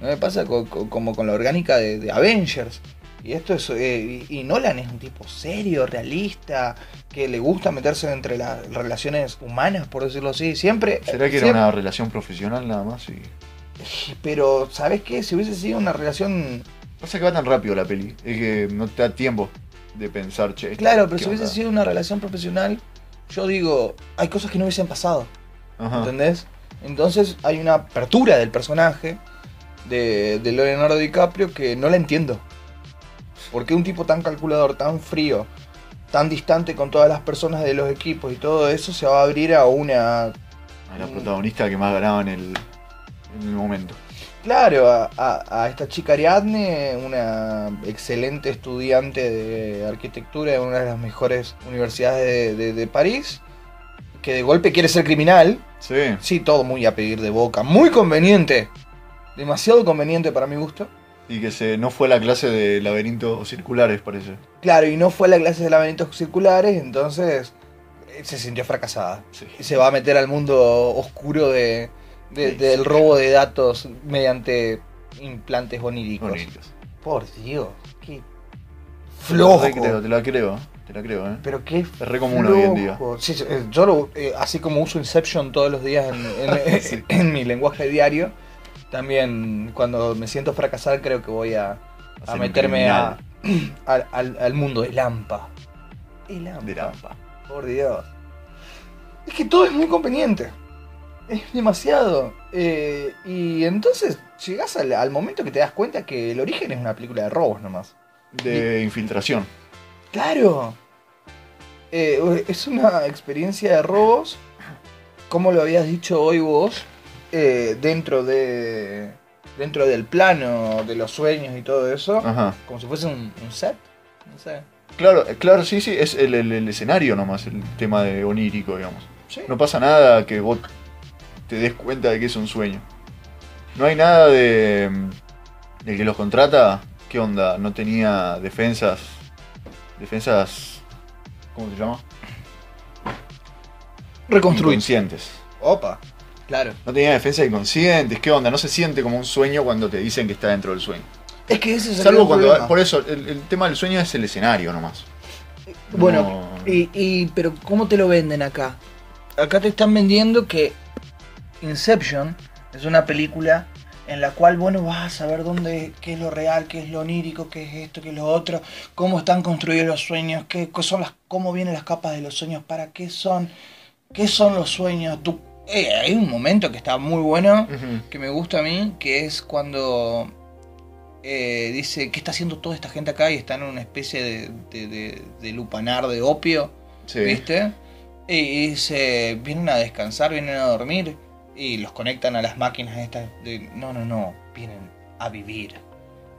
Speaker 1: No me pasa co- co- como con la orgánica de, de Avengers. Y esto es. eh, y, y Nolan es un tipo serio, realista, que le gusta meterse entre las relaciones humanas, por decirlo así. Siempre.
Speaker 2: ¿Será que era
Speaker 1: siempre-
Speaker 2: una relación profesional nada más? Y...
Speaker 1: Pero, ¿sabes qué? Si hubiese sido una relación.
Speaker 2: Pasa que va tan rápido la peli. Es que no te da tiempo de pensar, che.
Speaker 1: Claro, pero
Speaker 2: ¿qué
Speaker 1: si hubiese
Speaker 2: onda?
Speaker 1: sido una relación profesional, yo digo, hay cosas que no hubiesen pasado.
Speaker 2: Ajá.
Speaker 1: ¿Entendés? Entonces hay una apertura del personaje de, de Leonardo DiCaprio que no la entiendo. ¿Por qué un tipo tan calculador, tan frío, tan distante con todas las personas de los equipos y todo eso se va a abrir a una
Speaker 2: a la protagonista que más ganaba en el, en el momento.
Speaker 1: Claro, a, a- a esta chica Ariadne, una excelente estudiante de arquitectura de una de las mejores universidades de, de- de París, que de golpe quiere ser criminal.
Speaker 2: Sí.
Speaker 1: Sí, todo muy a pedir de boca, muy conveniente, demasiado conveniente para mi gusto.
Speaker 2: Y que se, no fue la clase de laberintos circulares, parece.
Speaker 1: Claro, y no fue a la clase de laberintos circulares, entonces eh, se sintió fracasada.
Speaker 2: Sí.
Speaker 1: Y se va a meter al mundo oscuro de, de-
Speaker 2: Sí,
Speaker 1: del
Speaker 2: sí.
Speaker 1: robo de datos mediante implantes oníricos.
Speaker 2: Bonitos.
Speaker 1: Por Dios, qué flojo.
Speaker 2: Te la creo, te la creo, te la creo, eh.
Speaker 1: Pero qué
Speaker 2: Es re común hoy en día.
Speaker 1: flojo. Sí, sí, eh, yo lo- eh, así como uso Inception todos los días en, en-
Speaker 2: Sí.
Speaker 1: en mi lenguaje diario, también cuando me siento fracasar creo que voy a,
Speaker 2: Hacer
Speaker 1: a
Speaker 2: un
Speaker 1: meterme a,
Speaker 2: criminal
Speaker 1: al, al- al mundo, el AMPA. El AMPA,
Speaker 2: de Lampa.
Speaker 1: por Dios. Es que todo es muy conveniente. Es demasiado. Eh, y entonces llegas al, al momento que te das cuenta que el origen es una película de robos nomás.
Speaker 2: De infiltración.
Speaker 1: Claro. Eh, es una experiencia de robos, como lo habías dicho hoy vos, eh, dentro de dentro del plano de los sueños y todo eso,
Speaker 2: Ajá.
Speaker 1: como si fuese un, un set. No sé.
Speaker 2: Claro, eh, claro, sí, sí, es el, el- el escenario nomás, el tema de onírico, digamos.
Speaker 1: Sí.
Speaker 2: No pasa nada que vos te des cuenta de que es un sueño. No hay nada de. mm, El que los contrata, ¿qué onda? No tenía defensas. Defensas. ¿Cómo se llama?
Speaker 1: Reconstruir.
Speaker 2: Inconscientes.
Speaker 1: Opa. Claro.
Speaker 2: No tenía defensas inconscientes, ¿qué onda? No se siente como un sueño cuando te dicen que está dentro del sueño.
Speaker 1: Es que ese es el
Speaker 2: Salvo
Speaker 1: gran
Speaker 2: cuando.
Speaker 1: problema.
Speaker 2: Por eso, el, el tema del sueño es el escenario nomás.
Speaker 1: Bueno,
Speaker 2: No.
Speaker 1: y, y- pero ¿cómo te lo venden acá? Acá te están vendiendo que Inception es una película en la cual bueno vas a saber dónde qué es lo real, qué es lo onírico, qué es esto, qué es lo otro, cómo están construidos los sueños, qué, qué son las cómo vienen las capas de los sueños, para qué son, qué son los sueños. Tú- eh, hay un momento que está muy bueno que me gusta a mí, que es cuando eh, dice, ¿qué está haciendo toda esta gente acá? Y están en una especie de, de- de- de lupanar de opio,
Speaker 2: Sí.
Speaker 1: ¿viste? Y, y dice, vienen a descansar, vienen a dormir, y los conectan a las máquinas estas. De, no, no, no, vienen a vivir.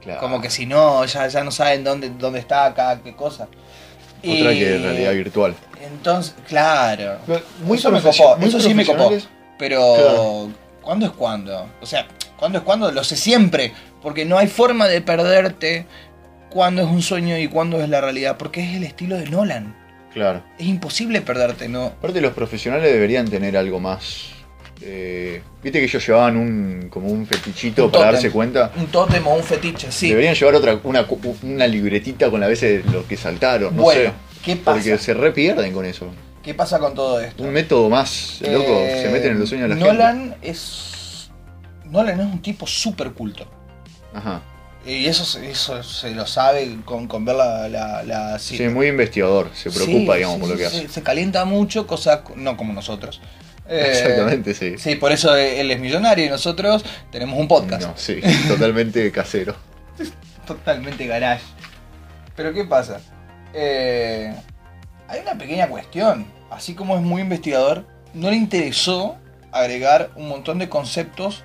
Speaker 2: Claro.
Speaker 1: Como que si no, ya, ya no saben dónde, dónde está cada qué cosa.
Speaker 2: Otra
Speaker 1: Y
Speaker 2: que realidad virtual.
Speaker 1: Entonces, claro. eso me
Speaker 2: profesio-
Speaker 1: copó,
Speaker 2: muy
Speaker 1: eso sí me copó.
Speaker 2: profesionales.
Speaker 1: Pero,
Speaker 2: Claro.
Speaker 1: ¿cuándo es cuándo? O sea, ¿cuándo es cuándo? Lo sé siempre, porque no hay forma de perderte cuándo es un sueño y cuándo es la realidad, porque es el estilo de Nolan.
Speaker 2: Claro.
Speaker 1: Es imposible perderte, ¿no?
Speaker 2: Aparte los profesionales deberían tener algo más. eh, Viste que ellos llevaban un como un fetichito
Speaker 1: Un
Speaker 2: para
Speaker 1: tótem.
Speaker 2: darse cuenta.
Speaker 1: Un tótem o un fetiche, sí.
Speaker 2: Deberían llevar otra una, cu- una libretita con las veces de los que saltaron, no
Speaker 1: bueno, ¿qué
Speaker 2: sé.
Speaker 1: pasa?
Speaker 2: Porque se repierden con eso.
Speaker 1: ¿Qué pasa con todo esto?
Speaker 2: Un método más, loco,
Speaker 1: Eh,
Speaker 2: se meten en los sueños de la gente.
Speaker 1: Nolan es. Nolan es un tipo súper culto.
Speaker 2: Ajá.
Speaker 1: Y eso, se- eso se lo sabe con, con ver la, la, la-
Speaker 2: Sí, muy investigador, se preocupa,
Speaker 1: Sí,
Speaker 2: digamos,
Speaker 1: sí,
Speaker 2: por lo
Speaker 1: sí,
Speaker 2: que
Speaker 1: sí,
Speaker 2: hace.
Speaker 1: Se calienta mucho, cosa co- no como nosotros. Eh,
Speaker 2: Exactamente, sí.
Speaker 1: Sí, por eso e, él es millonario y nosotros tenemos un podcast.
Speaker 2: No, sí, totalmente casero.
Speaker 1: Totalmente garage. Pero ¿qué pasa? Eh, hay una pequeña cuestión. Así como es muy investigador, no le interesó agregar un montón de conceptos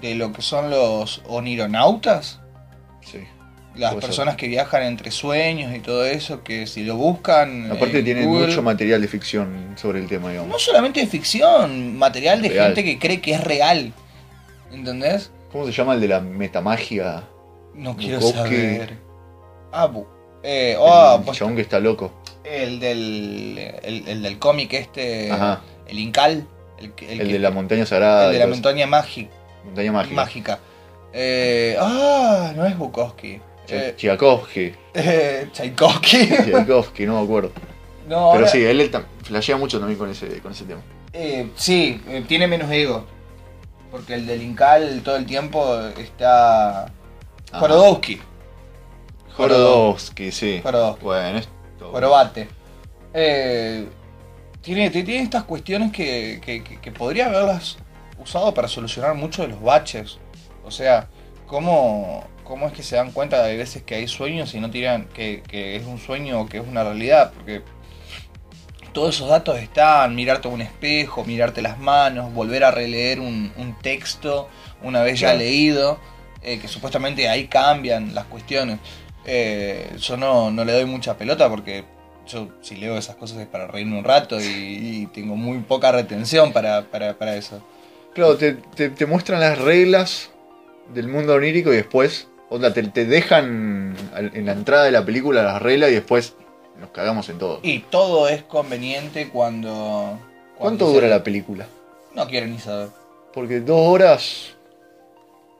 Speaker 1: de lo que son los onironautas.
Speaker 2: Sí.
Speaker 1: Las
Speaker 2: Puede ser.
Speaker 1: personas que viajan entre sueños y todo eso, que si lo buscan...
Speaker 2: Aparte
Speaker 1: en
Speaker 2: tiene
Speaker 1: Google-
Speaker 2: mucho material de ficción sobre el tema, digamos.
Speaker 1: No solamente de ficción, material de
Speaker 2: Real.
Speaker 1: gente que cree que es real. ¿Entendés?
Speaker 2: ¿Cómo se llama el de la metamagia?
Speaker 1: No quiero
Speaker 2: Bukowski.
Speaker 1: saber. Ah, bu- eh, oh,
Speaker 2: el
Speaker 1: pues,
Speaker 2: chabón que está loco.
Speaker 1: el del. El, el del cómic este.
Speaker 2: Ajá.
Speaker 1: El Incal. El, que-
Speaker 2: El,
Speaker 1: que-
Speaker 2: de la montaña
Speaker 1: el
Speaker 2: sagrada.
Speaker 1: de
Speaker 2: y
Speaker 1: la
Speaker 2: todo eso.
Speaker 1: montaña mágica.
Speaker 2: montaña mágica.
Speaker 1: mágica. Eh, ah, no es Bukowski. Eh,
Speaker 2: Ch- Tchaikovsky.
Speaker 1: eh, Tchaikovsky.
Speaker 2: Tchaikovsky, no me acuerdo.
Speaker 1: no,
Speaker 2: Pero
Speaker 1: ahora-
Speaker 2: sí, él, él tam- flashea mucho también con ese, con ese tema.
Speaker 1: Eh, sí, eh, tiene menos ego. Porque el del Incal todo el tiempo está.
Speaker 2: Ajá.
Speaker 1: Jorodowski.
Speaker 2: Jorodowski, sí.
Speaker 1: Jorodowski.
Speaker 2: Bueno, esto.
Speaker 1: Jorobate. Eh, tiene, ti- tiene estas cuestiones que, que- que- que podría haberlas usado para solucionar muchos de los baches. O sea, ¿cómo, cómo es que se dan cuenta de veces que hay sueños y no tiran que, que es un sueño o que es una realidad? Porque todos esos datos están, mirarte a un espejo, mirarte las manos, volver a releer un, un texto una vez ya
Speaker 3: Claro.
Speaker 1: leído, eh, que supuestamente ahí cambian las cuestiones. Eh, yo no, no le doy mucha pelota porque yo si leo esas cosas es para reírme un rato y, y tengo muy poca retención para, para, para eso.
Speaker 2: Claro, te, te- te muestran las reglas del mundo onírico y después, onda, te, te dejan al- en la entrada de la película las reglas y después nos cagamos en todo.
Speaker 1: Y todo es conveniente cuando... cuando
Speaker 2: ¿Cuánto
Speaker 1: se-
Speaker 2: dura la película?
Speaker 1: No quiero ni saber.
Speaker 2: Porque dos horas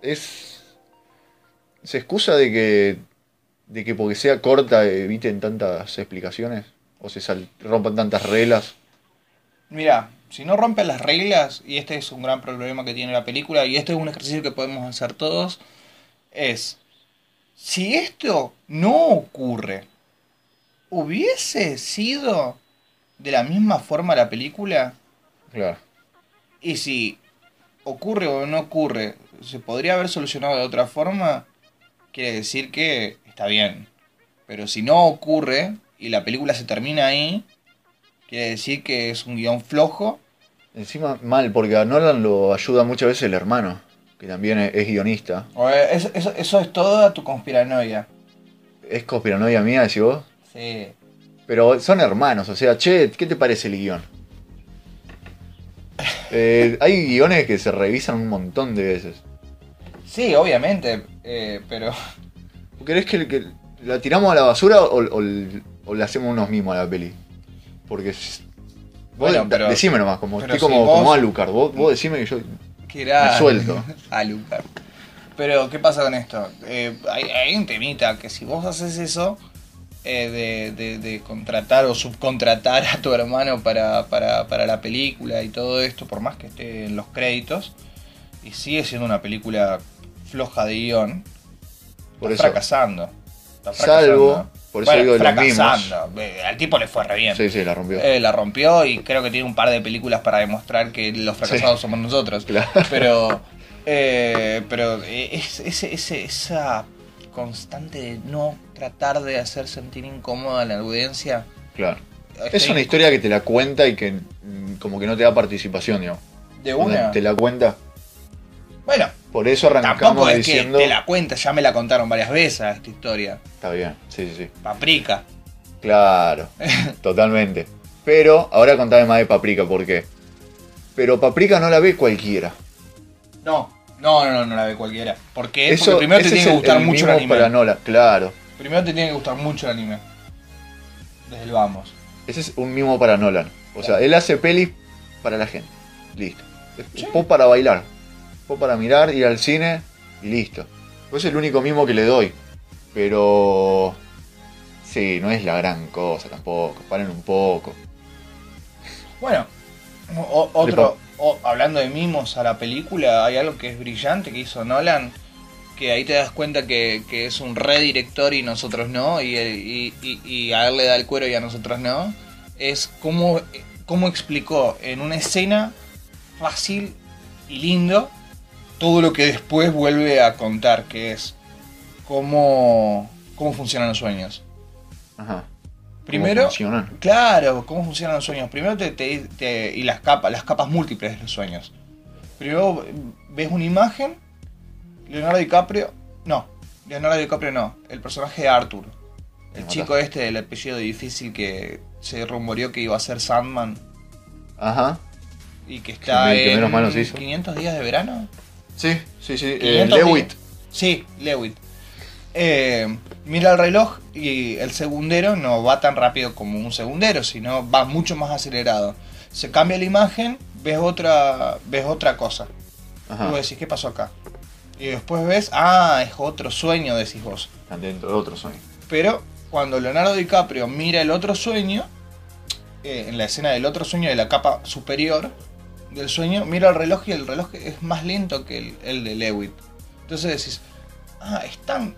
Speaker 2: es... ¿Se excusa de que, de que porque sea corta eh, eviten tantas explicaciones? ¿O se sal- rompan tantas reglas?
Speaker 1: Mira, si no rompen las reglas, y este es un gran problema que tiene la película, y este es un ejercicio que podemos hacer todos, es, si esto no ocurre, ¿hubiese sido de la misma forma la película?
Speaker 2: Claro.
Speaker 1: Y si ocurre o no ocurre, ¿se podría haber solucionado de otra forma? Quiere decir que está bien. Pero si no ocurre y la película se termina ahí, quiere decir que es un guión flojo
Speaker 2: Encima, mal, porque a Nolan lo ayuda muchas veces el hermano, que también es- es guionista.
Speaker 1: O, eh, Eso, eso, eso es toda tu conspiranoia.
Speaker 2: Es conspiranoia mía, decís vos.
Speaker 1: Sí.
Speaker 2: Pero son hermanos, o sea, che, ¿qué te parece el guión? Eh, hay guiones que se revisan un montón de veces.
Speaker 1: Sí, obviamente. eh, pero
Speaker 2: ¿Querés que, que la tiramos a la basura o, o l- o le hacemos unos mimos a la peli? Porque. s- Vos
Speaker 1: Bueno,
Speaker 2: de-
Speaker 1: pero-
Speaker 2: decime nomás, como,
Speaker 1: pero
Speaker 2: estoy como,
Speaker 1: si vos-
Speaker 2: como Alucard, vos, vos decime que yo.
Speaker 1: que era.
Speaker 2: Me suelto.
Speaker 1: Ah, Luca. Pero, ¿qué pasa con esto? Eh, hay, hay un temita que si vos haces eso eh, de, de- de contratar o subcontratar a tu hermano para, para, para la película y todo esto, por más que esté en los créditos, y sigue siendo una película floja de guión,
Speaker 2: Por
Speaker 1: está
Speaker 2: eso.
Speaker 1: fracasando. Está
Speaker 2: Salvo. Por eso
Speaker 1: Bueno,
Speaker 2: digo de los mimos.
Speaker 1: fracasando. Eh, Al tipo le fue re bien.
Speaker 2: Sí, sí, la rompió.
Speaker 1: Eh, la rompió y creo que tiene un par de películas para demostrar que los fracasados somos nosotros.
Speaker 2: Claro.
Speaker 1: Pero, eh, pero eh, es, ese- ese- esa constante de no tratar de hacer sentir incómoda a la audiencia.
Speaker 2: claro. Es
Speaker 1: estoy
Speaker 2: una historia que te la cuenta y que mm, como que no te da participación, digamos.
Speaker 1: De una.
Speaker 2: Te la cuenta.
Speaker 1: Bueno,
Speaker 2: Por eso arrancamos
Speaker 1: tampoco es
Speaker 2: diciendo.
Speaker 1: que te la cuenta, ya me la contaron varias veces a esta historia.
Speaker 2: Está bien, sí, sí, sí.
Speaker 1: Paprika.
Speaker 2: Claro, totalmente. Pero ahora contame más de Paprika, ¿por qué? Pero Paprika no la ve cualquiera.
Speaker 1: No, no, no, no, no la ve cualquiera. ¿Por qué?
Speaker 2: Eso,
Speaker 1: Porque primero te
Speaker 2: ese
Speaker 1: tiene
Speaker 2: es
Speaker 1: que
Speaker 2: el-
Speaker 1: gustar
Speaker 2: el
Speaker 1: mucho el
Speaker 2: mimo
Speaker 1: anime.
Speaker 2: para Nola, claro.
Speaker 1: Primero te tiene que gustar mucho el anime. Desde el vamos.
Speaker 2: Ese es un mimo para Nolan. O sea, él hace pelis para la gente. Listo. Es
Speaker 1: Sí.
Speaker 2: Pop para bailar. Pop para mirar, ir al cine y listo. Pues Es el único mimo que le doy. Pero... Sí, no es la gran cosa tampoco. Paren un poco.
Speaker 1: Bueno, o- otro, o- hablando de mimos a la película, hay algo que es brillante que hizo Nolan, que ahí te das cuenta que, que es un redirector y nosotros no, y, y- y- y a él le da el cuero y a nosotros no, es cómo, cómo explicó en una escena fácil y lindo todo lo que después vuelve a contar, que es cómo, cómo funcionan los sueños.
Speaker 2: Ajá. ¿Cómo
Speaker 1: Primero,
Speaker 2: funcionan?
Speaker 1: Claro, cómo funcionan los sueños. Primero te, te- te- y las capas, las capas múltiples de los sueños. Primero ves una imagen, Leonardo DiCaprio, no, Leonardo DiCaprio no, el personaje de Arthur, el
Speaker 2: Me
Speaker 1: chico este del apellido difícil que se rumoreó que iba a ser Sandman
Speaker 2: Ajá.
Speaker 1: y que está
Speaker 2: Que me- que
Speaker 1: en
Speaker 2: menos mal nos hizo.
Speaker 1: 500 días de verano.
Speaker 2: Sí, sí, sí. Eh,
Speaker 1: 500
Speaker 2: Lewitt.
Speaker 1: días. Sí, Lewitt. Eh, mira el reloj y el segundero no va tan rápido como un segundero, sino va mucho más acelerado. Se cambia la imagen, ves otra, ves otra cosa.
Speaker 2: Ajá.
Speaker 1: Y vos decís, ¿qué pasó acá? Y después ves, ah, es otro sueño, decís vos.
Speaker 2: Están dentro de otro sueño.
Speaker 1: Pero cuando Leonardo DiCaprio mira el otro sueño, eh, en la escena del otro sueño de la capa superior del sueño, mira el reloj y el reloj es más lento que el, el de Lewitt. Entonces decís, ah, están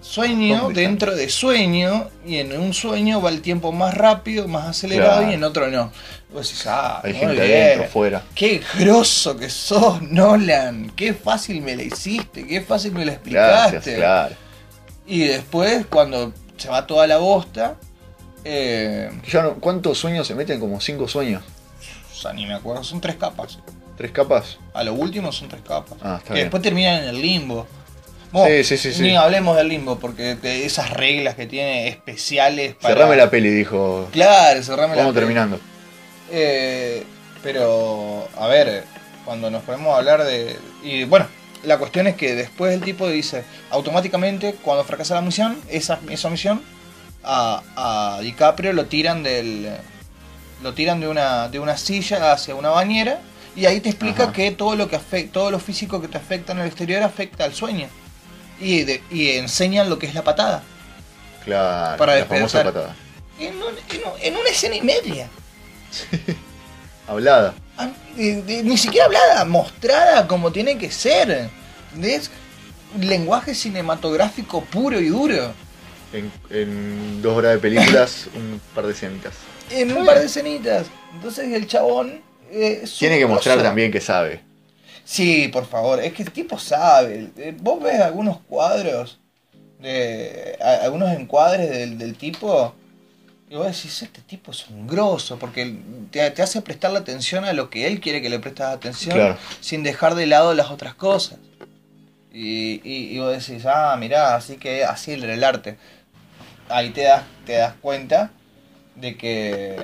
Speaker 1: sueño
Speaker 2: ¿Dónde están?
Speaker 1: dentro de sueño y en un sueño va el tiempo más rápido, más acelerado
Speaker 2: Claro.
Speaker 1: y en otro no. Y Vos decís, ah,
Speaker 2: Hay
Speaker 1: muy
Speaker 2: gente
Speaker 1: bien.
Speaker 2: adentro, fuera.
Speaker 1: Qué grosso que sos, Nolan. Qué fácil me la hiciste, qué fácil me la explicaste.
Speaker 2: claro.
Speaker 1: Y después, cuando se va toda la bosta, Eh,
Speaker 2: Que ya no- ¿Cuántos sueños se meten? Como cinco sueños.
Speaker 1: o sea, ni me acuerdo, son tres capas.
Speaker 2: ¿Tres capas?
Speaker 1: A lo último son tres capas.
Speaker 2: Ah, está
Speaker 1: que
Speaker 2: bien.
Speaker 1: después terminan en el limbo.
Speaker 2: Sí, sí, sí, sí.
Speaker 1: Ni hablemos del limbo, porque te- esas reglas que tiene especiales para.
Speaker 2: Cerrame la peli, dijo.
Speaker 1: Claro, cerrame la
Speaker 2: Vamos
Speaker 1: peli.
Speaker 2: terminando.
Speaker 1: Eh, pero, a ver, cuando nos podemos hablar de... Y bueno, la cuestión es que después el tipo dice, automáticamente cuando fracasa la misión, esa, esa misión, a, a DiCaprio lo tiran del... Lo tiran de una, de una silla hacia una bañera y ahí te explica
Speaker 2: Ajá.
Speaker 1: que todo lo que afecta, todo lo físico que te afecta en el exterior afecta al sueño. Y, de- y enseñan lo que es la patada.
Speaker 2: Claro,
Speaker 1: Para
Speaker 2: la famosa
Speaker 1: despertar.
Speaker 2: patada.
Speaker 1: En, un- en un- en una escena y media.
Speaker 2: Hablada.
Speaker 1: Ah, de- de- ni siquiera hablada, mostrada como tiene que ser. Es lenguaje cinematográfico puro y duro.
Speaker 2: En, en dos horas de películas, un par de escenitas.
Speaker 1: En un par de escenitas. Entonces el chabón. eh, es un
Speaker 2: Tiene que mostrar
Speaker 1: coso.
Speaker 2: también que sabe.
Speaker 1: Sí, por favor. Es que el tipo sabe. Eh, Vos ves algunos cuadros. De, a- algunos encuadres del, del tipo. Y vos decís, este tipo es un grosso. Porque te, te hace prestar la atención a lo que él quiere que le prestes atención.
Speaker 2: Claro.
Speaker 1: sin dejar de lado las otras cosas. Y, y, y vos decís, ah, mirá, así que así era el arte. Ahí te das, te das cuenta de que...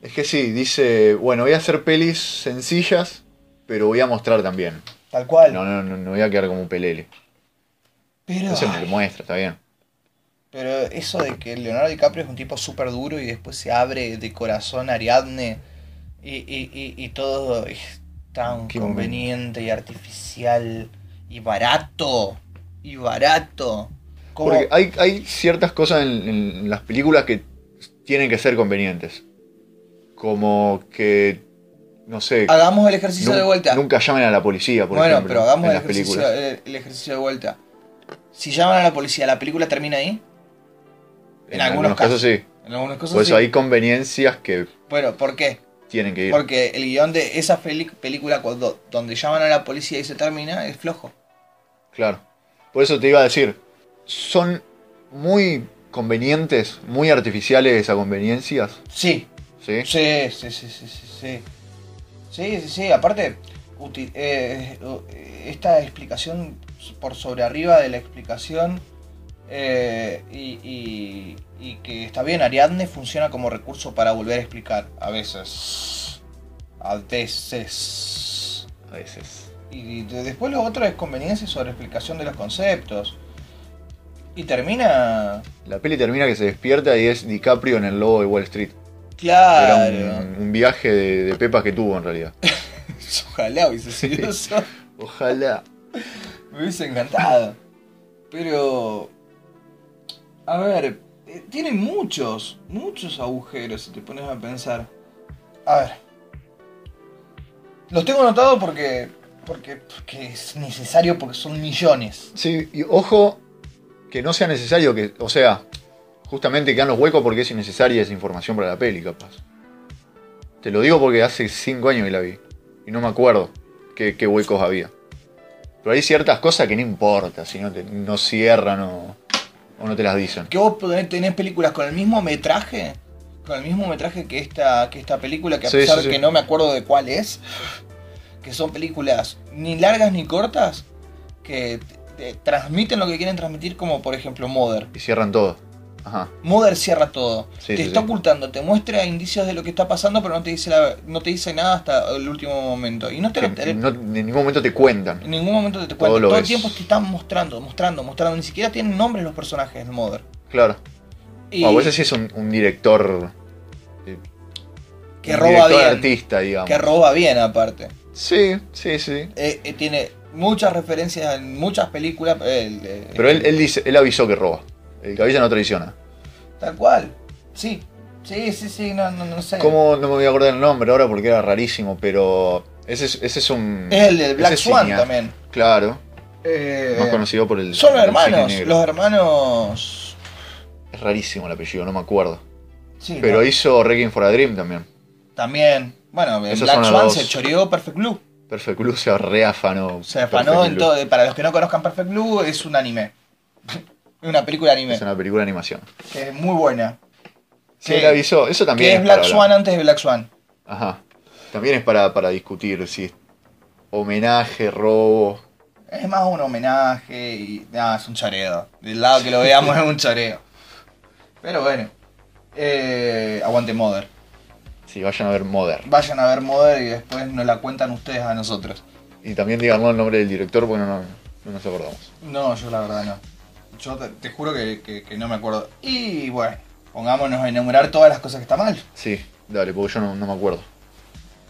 Speaker 2: Es que sí, dice, bueno, voy a hacer pelis sencillas, pero voy a mostrar también.
Speaker 1: Tal cual.
Speaker 2: No, no, no, no voy a quedar como un pelele.
Speaker 1: pero,
Speaker 2: Entonces me lo
Speaker 1: ay,
Speaker 2: muestra, está bien.
Speaker 1: pero eso de que Leonardo DiCaprio es un tipo súper duro y después se abre de corazón a Ariadne y, y, y, y todo es tan
Speaker 2: Qué
Speaker 1: conveniente y artificial y barato. Y barato. Como-
Speaker 2: Porque hay, hay ciertas cosas en, en las películas que tienen que ser convenientes. Como que, no sé,
Speaker 1: Hagamos el ejercicio
Speaker 2: nun-
Speaker 1: de vuelta.
Speaker 2: nunca llamen a la policía, por
Speaker 1: bueno,
Speaker 2: ejemplo.
Speaker 1: pero hagamos
Speaker 2: en
Speaker 1: el
Speaker 2: las
Speaker 1: ejercicio,
Speaker 2: películas.
Speaker 1: el, el ejercicio de vuelta. Si llaman a la policía, ¿la película termina ahí?
Speaker 2: En, algunos, casos, sí.
Speaker 1: En algunas cosas
Speaker 2: Por eso
Speaker 1: sí.
Speaker 2: hay conveniencias que
Speaker 1: Bueno, ¿por qué?
Speaker 2: tienen que ir.
Speaker 1: Porque el guión de esa peli- película cuando, donde llaman a la policía y se termina es flojo.
Speaker 2: Claro. Por eso te iba a decir, son muy convenientes, muy artificiales a conveniencias,
Speaker 1: Sí,
Speaker 2: ¿sí?
Speaker 1: sí, sí, sí, sí, sí. Sí, sí, sí, sí. aparte, uti- eh, eh, esta explicación por sobre arriba de la explicación eh, y, y- y que está bien, Ariadne funciona como recurso para volver a explicar, a veces. A veces.
Speaker 2: A veces.
Speaker 1: Y de- después lo otro es conveniencia sobre explicación de los conceptos. Y termina...
Speaker 2: La peli termina que se despierta y es DiCaprio en el lobo de Wall Street.
Speaker 1: Claro.
Speaker 2: Era un, un viaje de, de pepas que tuvo en realidad.
Speaker 1: Ojalá hubiese sido eso.
Speaker 2: Ojalá.
Speaker 1: Me hubiese encantado. Pero. A ver, eh, tiene muchos, muchos agujeros si te pones a pensar. A ver. Los tengo anotados porque. Porque, porque es necesario, porque son millones.
Speaker 2: Sí, y ojo que no sea necesario que, o sea, justamente quedan los huecos porque es innecesaria esa información para la peli, capaz. Te lo digo porque hace cinco años que la vi y no me acuerdo qué, qué huecos había. Pero hay ciertas cosas que no importa, si no, te- no cierran o, o no te las dicen.
Speaker 1: Que vos podés- tenés películas con el mismo metraje. Con el mismo metraje que esta, que esta película, que a
Speaker 2: Sí,
Speaker 1: pesar
Speaker 2: sí, sí.
Speaker 1: que no me acuerdo de cuál es. Que son películas ni largas ni cortas. Que te- te transmiten lo que quieren transmitir, como por ejemplo Mother.
Speaker 2: Y cierran todo. Ajá.
Speaker 1: Mother cierra todo.
Speaker 2: Sí,
Speaker 1: te
Speaker 2: sí,
Speaker 1: está
Speaker 2: sí.
Speaker 1: ocultando, te muestra indicios de lo que está pasando, pero no te dice, la- no te dice nada hasta el último momento. Y no te, lo-
Speaker 2: Que no- en ningún momento te cuentan.
Speaker 1: en ningún momento te, te
Speaker 2: Todo
Speaker 1: cuenta.
Speaker 2: lo
Speaker 1: Todo el
Speaker 2: ves.
Speaker 1: tiempo te están mostrando, mostrando, mostrando. Ni siquiera tienen nombres los personajes en Mother.
Speaker 2: Claro.
Speaker 1: Y
Speaker 2: Bueno, ese sí es un, un director. eh,
Speaker 1: que
Speaker 2: un
Speaker 1: roba
Speaker 2: director
Speaker 1: bien.
Speaker 2: artista, digamos.
Speaker 1: Que roba bien aparte.
Speaker 2: sí, sí, sí.
Speaker 1: Eh, eh, tiene muchas referencias en muchas películas. eh, eh,
Speaker 2: Pero él, él dice, él avisó que roba. El cabilla no traiciona.
Speaker 1: Tal cual. Sí. Sí, sí, sí, no, no, no sé.
Speaker 2: ¿Cómo no me voy a acordar el nombre ahora porque era rarísimo? Pero ese es, ese es un.
Speaker 1: Es el de Black
Speaker 2: ese es
Speaker 1: Swan
Speaker 2: cineasta.
Speaker 1: también.
Speaker 2: Claro, más
Speaker 1: Eh,
Speaker 2: conocido por el.
Speaker 1: son
Speaker 2: por
Speaker 1: los
Speaker 2: el
Speaker 1: hermanos.
Speaker 2: cine negro.
Speaker 1: Los hermanos.
Speaker 2: Es rarísimo el apellido, no me acuerdo.
Speaker 1: Sí,
Speaker 2: Pero
Speaker 1: no,
Speaker 2: hizo Requiem for a Dream también.
Speaker 1: También. Bueno, en
Speaker 2: Esos
Speaker 1: Black
Speaker 2: son los
Speaker 1: Swan
Speaker 2: dos.
Speaker 1: se choreó Perfect Blue.
Speaker 2: Perfect Blue se reafanó.
Speaker 1: Se afanó
Speaker 2: Perfect
Speaker 1: en
Speaker 2: Blue.
Speaker 1: todo. Para los que no conozcan Perfect Blue, es un anime. una película de anime.
Speaker 2: Es una película de animación.
Speaker 1: que es muy buena.
Speaker 2: Sí, le avisó. Eso también
Speaker 1: Que es
Speaker 2: es
Speaker 1: Black
Speaker 2: para
Speaker 1: Swan
Speaker 2: hablar.
Speaker 1: antes de Black Swan.
Speaker 2: Ajá. También es para, para discutir si es homenaje, robo.
Speaker 1: Es más un homenaje y. nada, es un choreo. Del lado que lo veamos es un choreo. Pero bueno. Eh, aguante Mother.
Speaker 2: Si vayan a ver Modern.
Speaker 1: Vayan a ver Mother y después nos la cuentan ustedes a nosotros.
Speaker 2: Y también díganos el nombre del director, bueno, no, no nos acordamos.
Speaker 1: No, yo la verdad no. Yo te, te juro que, que- que no me acuerdo. Y bueno, pongámonos a enumerar todas las cosas que está mal.
Speaker 2: Sí, dale, porque yo no, no me acuerdo.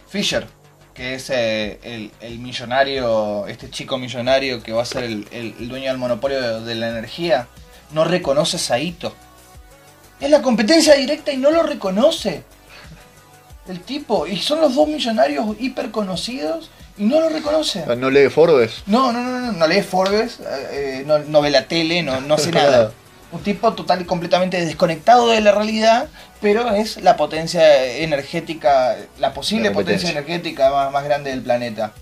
Speaker 1: Fisher, que es eh, el, el millonario, este chico millonario que va a ser el, el- el dueño del monopolio de, de la energía, no reconoce a Saito. Es la competencia directa y no lo reconoce. El tipo, y son los dos millonarios hiper conocidos y no lo reconoce.
Speaker 2: Ah, ¿No lee Forbes?
Speaker 1: No, no, no, no, no lee Forbes, eh, eh, no, no ve la tele, no, no hace nada. Un tipo total y completamente desconectado de la realidad, pero es la potencia energética, la posible
Speaker 2: La
Speaker 1: potencia
Speaker 2: competencia.
Speaker 1: energética más, más grande del planeta.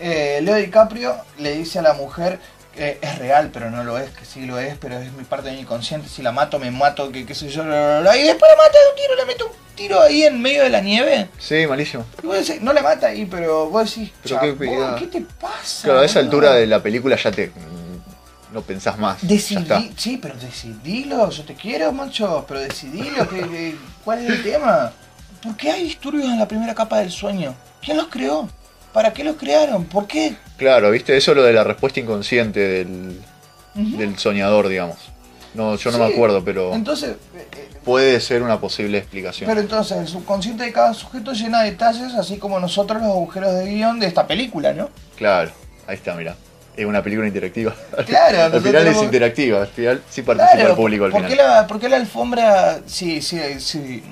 Speaker 1: Eh, Leo DiCaprio le dice a la mujer que es real, pero no lo es, que sí lo es, pero es mi parte de mi inconsciente, si la mato, me mato, que qué sé yo, bla, bla, bla, y después la mata de un tiro, le mete un tiro ahí en medio de la nieve.
Speaker 2: Sí, malísimo.
Speaker 1: Y vos decís, no la mata ahí, pero vos decís,
Speaker 2: Pero qué
Speaker 1: chabón,
Speaker 2: pegada.
Speaker 1: ¿qué te pasa?
Speaker 2: Claro, a esa
Speaker 1: boludo?
Speaker 2: altura de la película ya te. mm, No pensás más. Ya está.
Speaker 1: Decidí, sí, pero decidilo, yo te quiero, macho, pero decidilo, que, que- ¿cuál es el tema? ¿Por qué hay disturbios en la primera capa del sueño? ¿Quién los creó? ¿Para qué los crearon? ¿Por qué?
Speaker 2: Claro, viste, eso es lo de la respuesta inconsciente del,
Speaker 1: Ujú.
Speaker 2: del soñador, digamos. No, yo no
Speaker 1: Sí.
Speaker 2: me acuerdo, pero
Speaker 1: Entonces, eh, eh,
Speaker 2: puede ser una posible explicación.
Speaker 1: pero entonces el subconsciente de cada sujeto llena de detalles, así como nosotros los agujeros de guión de esta película, ¿no?
Speaker 2: Claro, ahí está, mira. Es una película interactiva.
Speaker 1: Claro,
Speaker 2: al
Speaker 1: nosotros
Speaker 2: final es
Speaker 1: tenemos-
Speaker 2: interactiva, al final sí participa el
Speaker 1: Claro,
Speaker 2: público al
Speaker 1: ¿por qué
Speaker 2: final.
Speaker 1: La, por qué la alfombra, si, si, si,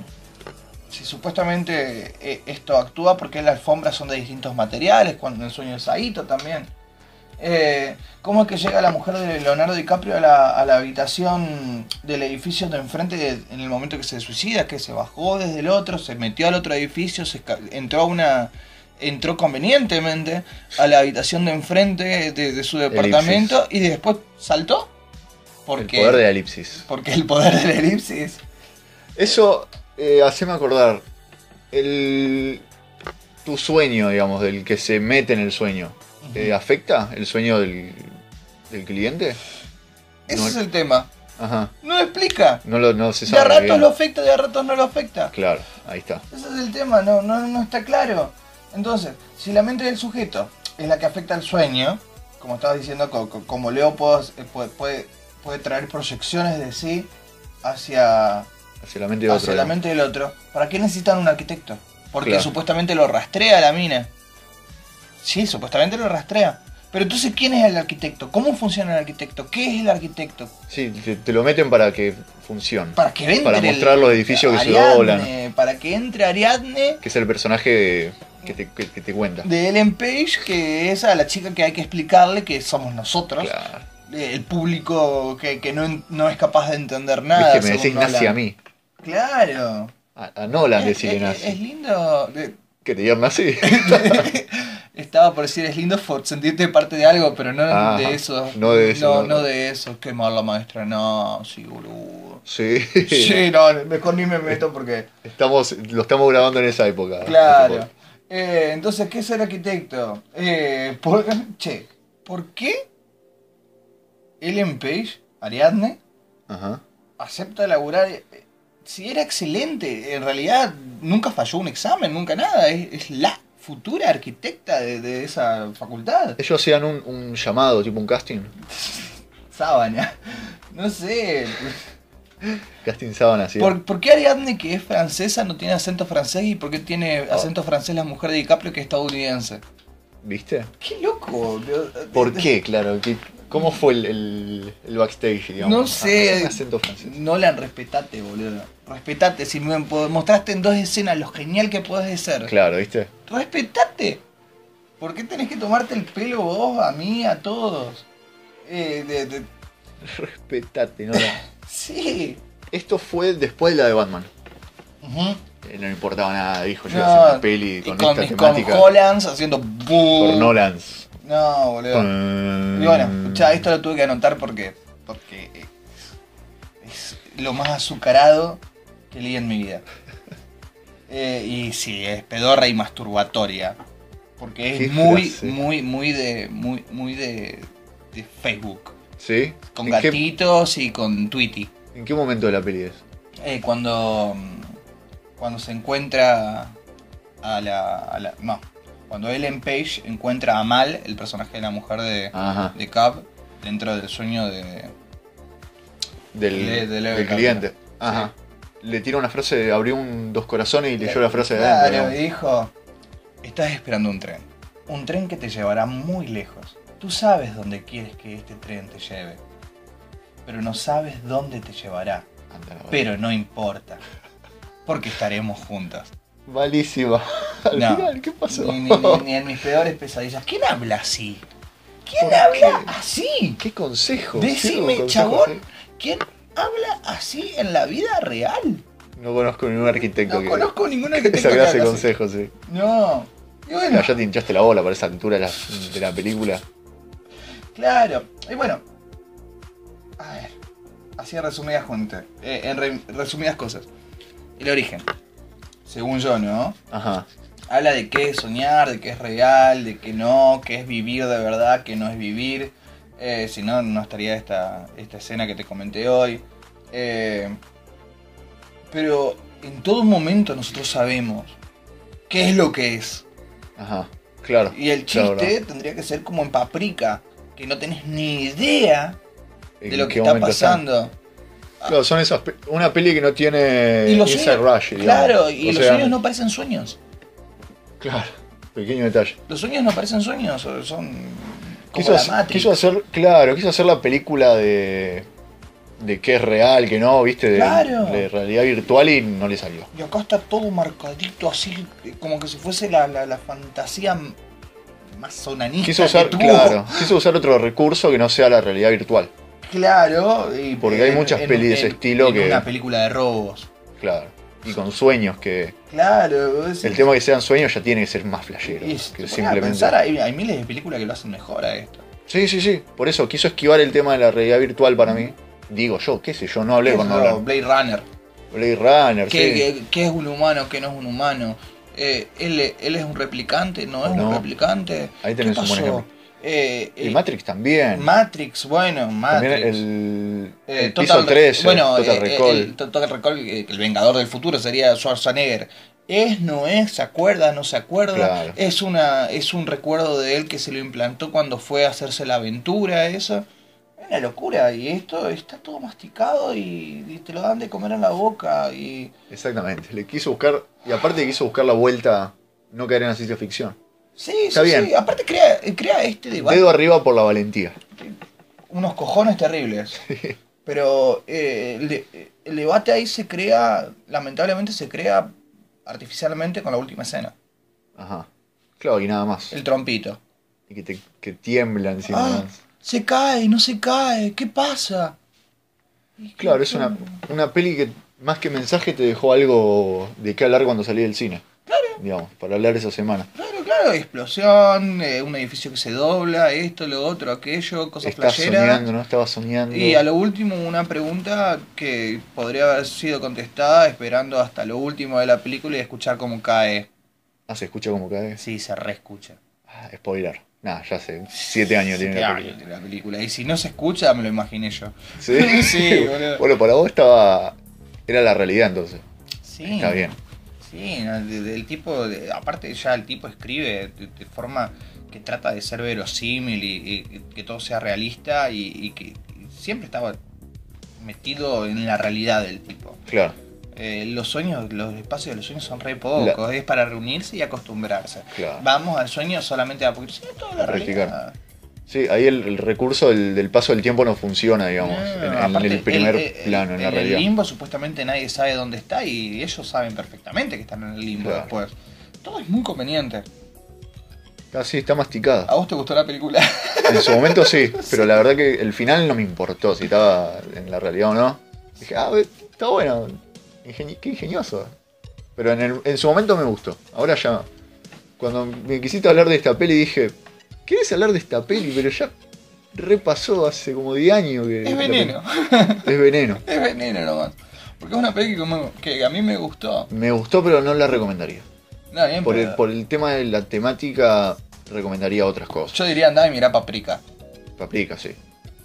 Speaker 1: si supuestamente eh, esto actúa, porque las alfombras son de distintos materiales, cuando en el sueño de Saito también? Eh, ¿Cómo es que llega la mujer de Leonardo DiCaprio a la, a la habitación del edificio de enfrente de- en el momento que se suicida? Que se bajó desde el otro, se metió al otro edificio, se esca- entró a una... Entró convenientemente a la habitación de enfrente de, de su departamento y después saltó.
Speaker 2: El
Speaker 1: Porque
Speaker 2: poder de la elipsis.
Speaker 1: porque el poder de la elipsis.
Speaker 2: Eso, eh, haceme acordar. El, tu sueño, digamos, del que se mete en el sueño, eh, ¿afecta el sueño del, del cliente?
Speaker 1: Ese
Speaker 2: No-
Speaker 1: es el tema.
Speaker 2: Ajá.
Speaker 1: No lo explica.
Speaker 2: No, lo, no se
Speaker 1: De a
Speaker 2: sabe. eh.
Speaker 1: ratos
Speaker 2: bien.
Speaker 1: lo afecta, de a ratos no lo afecta.
Speaker 2: Claro, ahí está.
Speaker 1: Ese es el tema, no, no, no está claro. Entonces, si la mente del sujeto es la que afecta al sueño, como estabas diciendo, co- co- como Leo puede, puede, puede- puede traer proyecciones de sí hacia,
Speaker 2: Hacia la mente de otro.
Speaker 1: hacia Ah, la
Speaker 2: digamos.
Speaker 1: mente del otro, ¿para qué necesitan un arquitecto? Porque
Speaker 2: Claro.
Speaker 1: supuestamente lo rastrea la mina. Sí, supuestamente lo rastrea. Pero entonces, ¿quién es el arquitecto? ¿Cómo funciona el arquitecto? ¿Qué es el arquitecto?
Speaker 2: Sí, te, te lo meten para que funcione.
Speaker 1: Para que entre
Speaker 2: Para
Speaker 1: el-
Speaker 2: mostrar los edificios que se
Speaker 1: Ariadne,
Speaker 2: doblan.
Speaker 1: Para que entre Ariadne
Speaker 2: Que es el personaje que te, que- que te cuenta.
Speaker 1: de Ellen Page, que es a la chica que hay que explicarle que somos nosotros,
Speaker 2: Claro.
Speaker 1: eh, el público que, que no, no es capaz de entender nada.
Speaker 2: Viste,
Speaker 1: según
Speaker 2: me decís nazi
Speaker 1: Nolan.
Speaker 2: a mí.
Speaker 1: Claro.
Speaker 2: A, a Nolan
Speaker 1: Es,
Speaker 2: decirle
Speaker 1: es-
Speaker 2: nazi.
Speaker 1: es lindo. eh,
Speaker 2: Que te digan nazi.
Speaker 1: Estaba por decir, es lindo for- sentirte parte de algo, pero no
Speaker 2: Ajá,
Speaker 1: de eso.
Speaker 2: no de
Speaker 1: No,
Speaker 2: eso, no.
Speaker 1: no de eso. Quemar la maestra, no, sí, boludo.
Speaker 2: sí. Ah,
Speaker 1: Sí, no, mejor ni me meto porque.
Speaker 2: Estamos, lo estamos grabando en esa época.
Speaker 1: Claro. Eh, entonces, ¿qué es el arquitecto? Eh, por- che, ¿por qué Ellen Page, Ariadne,
Speaker 2: Ajá.
Speaker 1: acepta laburar? eh, Si era excelente, en realidad nunca falló un examen, nunca nada. Es, es la futura arquitecta de, de esa facultad.
Speaker 2: Ellos hacían un, un llamado, tipo un casting.
Speaker 1: Sábana. No sé.
Speaker 2: Casting sábana, así.
Speaker 1: ¿Por, por qué Ariadne, que es francesa, no tiene acento francés? ¿Y por qué tiene
Speaker 2: Oh.
Speaker 1: acento francés la mujer de DiCaprio, que es estadounidense?
Speaker 2: ¿Viste?
Speaker 1: Qué loco. boludo.
Speaker 2: ¿Por qué? Claro. ¿qué- ¿Cómo fue el, el- el backstage, digamos?
Speaker 1: No sé.
Speaker 2: Ah, un acento francés.
Speaker 1: Nolan, respetate, boludo. Respetate. Si me po- mostraste en dos escenas lo genial que podés ser.
Speaker 2: Claro, ¿viste?
Speaker 1: Respetate. ¿Por qué tenés que tomarte el pelo vos, a mí, a todos? Eh, de- de-
Speaker 2: Respetate, Nolan.
Speaker 1: Sí.
Speaker 2: Esto fue después de la de Batman.
Speaker 1: Ujú.
Speaker 2: Eh, No le importaba nada, dijo yo,
Speaker 1: No,
Speaker 2: hacer una peli
Speaker 1: y
Speaker 2: con,
Speaker 1: con,
Speaker 2: esta
Speaker 1: y con
Speaker 2: temática.
Speaker 1: Hollands haciendo...
Speaker 2: por
Speaker 1: boom.
Speaker 2: Nolan.
Speaker 1: No, boludo. Y bueno, escuchá, esto lo tuve que anotar porque... Porque... Es, es lo más azucarado que leí en mi vida. Eh, y sí, es pedorra y masturbatoria. Porque es
Speaker 2: Qué
Speaker 1: muy,
Speaker 2: frase.
Speaker 1: muy, muy de. muy, muy de. de Facebook.
Speaker 2: ¿Sí?
Speaker 1: Con
Speaker 2: ¿En, qué,
Speaker 1: gatitos y con Tweety.
Speaker 2: en qué momento de la peli es?
Speaker 1: Eh, cuando. Cuando se encuentra a la, a la- No. Cuando Ellen Page encuentra a Mal, el personaje de la mujer de,
Speaker 2: Ajá.
Speaker 1: de Cab, dentro del sueño de.
Speaker 2: Del,
Speaker 1: de- de Leo
Speaker 2: del
Speaker 1: DiCaprio.
Speaker 2: cliente. Ajá. Le tira una frase, abrió un dos corazones y leyó la frase de
Speaker 1: Eh, Claro,
Speaker 2: adentro,
Speaker 1: y
Speaker 2: digamos.
Speaker 1: dijo, estás esperando un tren. Un tren que te llevará muy lejos. Tú sabes dónde quieres que este tren te lleve. Pero no sabes dónde te llevará.
Speaker 2: Anda la
Speaker 1: Pero no importa. Porque estaremos juntas.
Speaker 2: Malísima. Al
Speaker 1: No.
Speaker 2: final, ¿qué pasó?
Speaker 1: Ni, ni- ni- ni en mis peores pesadillas. ¿Quién habla así? ¿Quién habla así?
Speaker 2: ¿Qué consejo?
Speaker 1: Decime,
Speaker 2: Ciego consejo,
Speaker 1: chabón,
Speaker 2: sí.
Speaker 1: ¿quién habla así en la vida real?
Speaker 2: No conozco ningún arquitecto
Speaker 1: No
Speaker 2: que,
Speaker 1: conozco ninguna
Speaker 2: que
Speaker 1: que
Speaker 2: esa
Speaker 1: tenga
Speaker 2: clase de
Speaker 1: clase.
Speaker 2: consejos, sí.
Speaker 1: No. Y bueno,
Speaker 2: Ya te hinchaste la bola para esa altura de la, de la película.
Speaker 1: Claro, y bueno, a ver, así en resumidas juntas, eh, en re- resumidas cosas. El origen, según yo, ¿no?
Speaker 2: Ajá.
Speaker 1: Habla de qué es soñar, de qué es real, de qué no, qué es vivir de verdad, qué no es vivir. Eh, si no, no estaría esta, esta escena que te comenté hoy. Eh, pero en todo momento nosotros sabemos qué es lo que es.
Speaker 2: Ajá. Claro.
Speaker 1: Y el
Speaker 2: claro,
Speaker 1: chiste tendría que ser como en Paprika, que no tenés ni idea
Speaker 2: ¿En
Speaker 1: de lo
Speaker 2: qué
Speaker 1: que está
Speaker 2: momento están?
Speaker 1: pasando.
Speaker 2: Claro, son esas. pe- Una peli que no tiene.
Speaker 1: Y los
Speaker 2: inside
Speaker 1: sueños,
Speaker 2: rush, digamos.
Speaker 1: claro,
Speaker 2: O
Speaker 1: y los
Speaker 2: sea,
Speaker 1: sueños no parecen sueños.
Speaker 2: Claro. Pequeño detalle.
Speaker 1: Los sueños no parecen sueños, son como
Speaker 2: Quiso,
Speaker 1: la
Speaker 2: hacer-
Speaker 1: Matrix.
Speaker 2: quiso hacer, claro, quiso hacer la película de, de qué es real, que no, viste, de,
Speaker 1: Claro.
Speaker 2: de realidad virtual y no le salió.
Speaker 1: Y acá está todo marcadito así, como que si fuese la, la, la fantasía m- masonanista
Speaker 2: Quiso
Speaker 1: que
Speaker 2: usar,
Speaker 1: tuvo.
Speaker 2: claro, quiso usar otro recurso que no sea la realidad virtual,
Speaker 1: Claro, y
Speaker 2: Porque hay muchas pelis de ese estilo
Speaker 1: en
Speaker 2: que-
Speaker 1: una película de robos.
Speaker 2: claro. Y con sueños que.
Speaker 1: Claro, vos
Speaker 2: El
Speaker 1: decís-
Speaker 2: tema que sean sueños ya tiene que ser más flashero.
Speaker 1: y
Speaker 2: Que
Speaker 1: si te pones a
Speaker 2: simplemente.
Speaker 1: pensar, hay, hay miles de películas que lo hacen mejor a esto.
Speaker 2: Sí, sí, sí. Por eso quiso esquivar el tema de la realidad virtual para mí. Digo yo, qué sé yo, no hablé
Speaker 1: ¿Qué
Speaker 2: con
Speaker 1: es lo-
Speaker 2: Nolan.
Speaker 1: Blade Runner.
Speaker 2: Blade Runner,
Speaker 1: ¿Qué,
Speaker 2: sí.
Speaker 1: qué- qué es un humano? ¿Qué no es un humano? Eh, él, él es un replicante? ¿No es
Speaker 2: No.
Speaker 1: un replicante?
Speaker 2: Ahí
Speaker 1: ¿Qué
Speaker 2: tenés un buen
Speaker 1: pasó?
Speaker 2: ejemplo.
Speaker 1: Eh,
Speaker 2: Y
Speaker 1: eh,
Speaker 2: Matrix también.
Speaker 1: Matrix, bueno, Matrix.
Speaker 2: También el,
Speaker 1: Eh,
Speaker 2: el piso 13,
Speaker 1: bueno,
Speaker 2: Total
Speaker 1: eh,
Speaker 2: Recall.
Speaker 1: el Total Recall, eh, el Vengador del Futuro sería Schwarzenegger. Es, no es, se acuerda, no se acuerda.
Speaker 2: Claro.
Speaker 1: Es una es un recuerdo de él que se lo implantó cuando fue a hacerse la aventura, eso. Es una locura y esto está todo masticado y, y te lo dan de comer en la boca y
Speaker 2: Exactamente, le quiso buscar, y aparte quiso buscar la vuelta, no caer en la ciencia ficción.
Speaker 1: sí,
Speaker 2: Está
Speaker 1: sí,
Speaker 2: bien.
Speaker 1: sí. aparte crea crea este debate
Speaker 2: Dedo arriba por la valentía.
Speaker 1: unos cojones terribles. Pero eh, el, de- el debate ahí se crea, lamentablemente se crea artificialmente con la última escena.
Speaker 2: Ajá. Claro, y nada más.
Speaker 1: El trompito.
Speaker 2: Y que, te, que tiembla encima.
Speaker 1: Ah, se cae, no se cae, ¿qué pasa?
Speaker 2: Claro, es una, una peli que más que mensaje te dejó algo de qué hablar cuando salí del cine. Claro. Digamos, para hablar esa semana.
Speaker 1: Claro, claro, explosión, eh, un edificio que se dobla, esto, lo otro, aquello, cosas
Speaker 2: Estás
Speaker 1: playeras.
Speaker 2: soñando, no estabas soñando.
Speaker 1: Y a lo último una pregunta que podría haber sido contestada esperando hasta lo último de la película y escuchar cómo cae.
Speaker 2: Ah, se escucha como cae.
Speaker 1: Sí, se reescucha.
Speaker 2: Ah, spoiler. Nah, ya sé. Siete años tiene
Speaker 1: Siete
Speaker 2: la
Speaker 1: años
Speaker 2: peli.
Speaker 1: tiene la película. Y si no se escucha, me lo imaginé yo.
Speaker 2: Sí.
Speaker 1: Sí, boludo.
Speaker 2: Bueno, para vos estaba. Era la realidad entonces.
Speaker 1: Sí.
Speaker 2: Está bien.
Speaker 1: Sí, no, de- del tipo, de- aparte ya el tipo escribe de, de forma que trata de ser verosímil y, y- y que todo sea realista y, y que siempre estaba metido en la realidad del tipo.
Speaker 2: Claro,
Speaker 1: Eh, los sueños, los espacios de los sueños son re pocos, es para reunirse y acostumbrarse.
Speaker 2: claro.
Speaker 1: Vamos al sueño solamente a porque sí, toda la
Speaker 2: A practicar.
Speaker 1: realidad.
Speaker 2: Sí, ahí el, el recurso del, del paso del tiempo no funciona, digamos,
Speaker 1: No,
Speaker 2: en- en,
Speaker 1: Ah, aparte,
Speaker 2: el primer
Speaker 1: el- el-
Speaker 2: plano, en la
Speaker 1: el
Speaker 2: realidad.
Speaker 1: limbo supuestamente nadie sabe dónde está y ellos saben perfectamente que están en el limbo
Speaker 2: Claro.
Speaker 1: después. Todo es muy conveniente.
Speaker 2: Ah, sí, está
Speaker 1: ¿A
Speaker 2: masticada.
Speaker 1: vos te gustó la película?
Speaker 2: En su momento sí, pero la verdad que el final no me importó si estaba en la realidad o no. Dije, ah, ve, está bueno, ingeni- qué ingenioso. Pero en, el- en su momento me gustó. Ahora ya, cuando me quisiste hablar de esta peli, dije, ¿querés hablar de esta peli? Pero ya repasó hace como 10 años que...
Speaker 1: es veneno,
Speaker 2: Es veneno.
Speaker 1: es veneno nomás. Porque es una peli que, me- que a mí me gustó.
Speaker 2: Me gustó, pero no la recomendaría.
Speaker 1: Nada, bien,
Speaker 2: Por el,
Speaker 1: pero-
Speaker 2: por el tema de la temática, recomendaría otras cosas.
Speaker 1: Yo diría andá y mirá Paprika.
Speaker 2: Paprika, sí.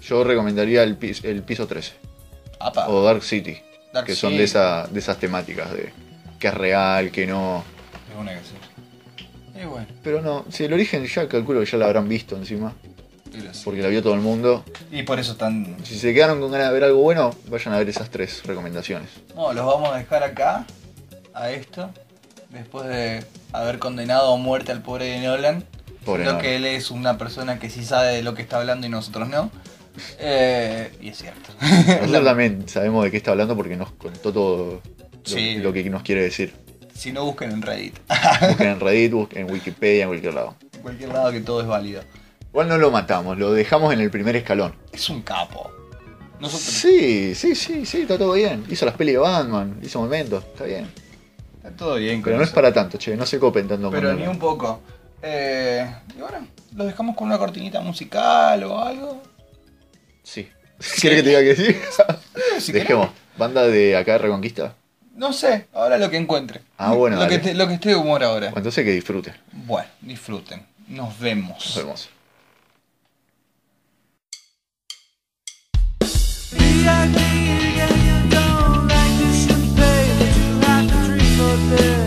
Speaker 2: Yo recomendaría el, pis- el piso 13
Speaker 1: Apa.
Speaker 2: o Dark City,
Speaker 1: Ah. Dark
Speaker 2: que son
Speaker 1: City.
Speaker 2: de, esa, de esas temáticas de que es real, que no.
Speaker 1: Es una que sí. Y bueno,
Speaker 2: Pero no, si el origen ya calculo que ya la habrán visto encima,
Speaker 1: y lo sé.
Speaker 2: porque la vio todo el mundo.
Speaker 1: Y por eso están.
Speaker 2: Si se quedaron con ganas de ver algo bueno, vayan a ver esas tres recomendaciones.
Speaker 1: No, los vamos a dejar acá, a esto, después de haber condenado a muerte al pobre de Nolan.
Speaker 2: Pobre
Speaker 1: Siendo
Speaker 2: Nolan.
Speaker 1: que él es una persona que sí sabe de lo que está hablando y nosotros no. Eh, y es cierto.
Speaker 2: Nosotros también sabemos de qué está hablando porque nos contó todo lo,
Speaker 1: Sí.
Speaker 2: lo que nos quiere decir.
Speaker 1: si no busquen en Reddit,
Speaker 2: Busquen en Reddit, busquen en Wikipedia, en cualquier lado.
Speaker 1: en cualquier lado que todo es válido.
Speaker 2: Igual no lo matamos, lo dejamos en el primer escalón.
Speaker 1: Es un capo. Nosotros
Speaker 2: Sí, sí, sí, sí, está todo bien. Hizo las pelis de Batman, hizo momentos, está bien.
Speaker 1: está todo bien, con
Speaker 2: Pero no es
Speaker 1: eso.
Speaker 2: para tanto, che, no se copen tanto
Speaker 1: Pero
Speaker 2: con
Speaker 1: ni
Speaker 2: Nolan.
Speaker 1: un poco. Eh, y bueno, los dejamos con una cortinita musical o algo.
Speaker 2: Sí. ¿Quieres que te diga que sí?
Speaker 1: Eh, si querés.
Speaker 2: Dejemos. Banda de acá de Reconquista.
Speaker 1: No sé, ahora lo que encuentre.
Speaker 2: Ah, bueno,
Speaker 1: Lo, que,
Speaker 2: dale.
Speaker 1: esté- lo que esté de humor ahora.
Speaker 2: Bueno, Entonces que disfruten.
Speaker 1: Bueno, disfruten. Nos
Speaker 2: Nos
Speaker 1: vemos.
Speaker 2: vemos.
Speaker 4: Don't like you should pay, but you have to treat for this.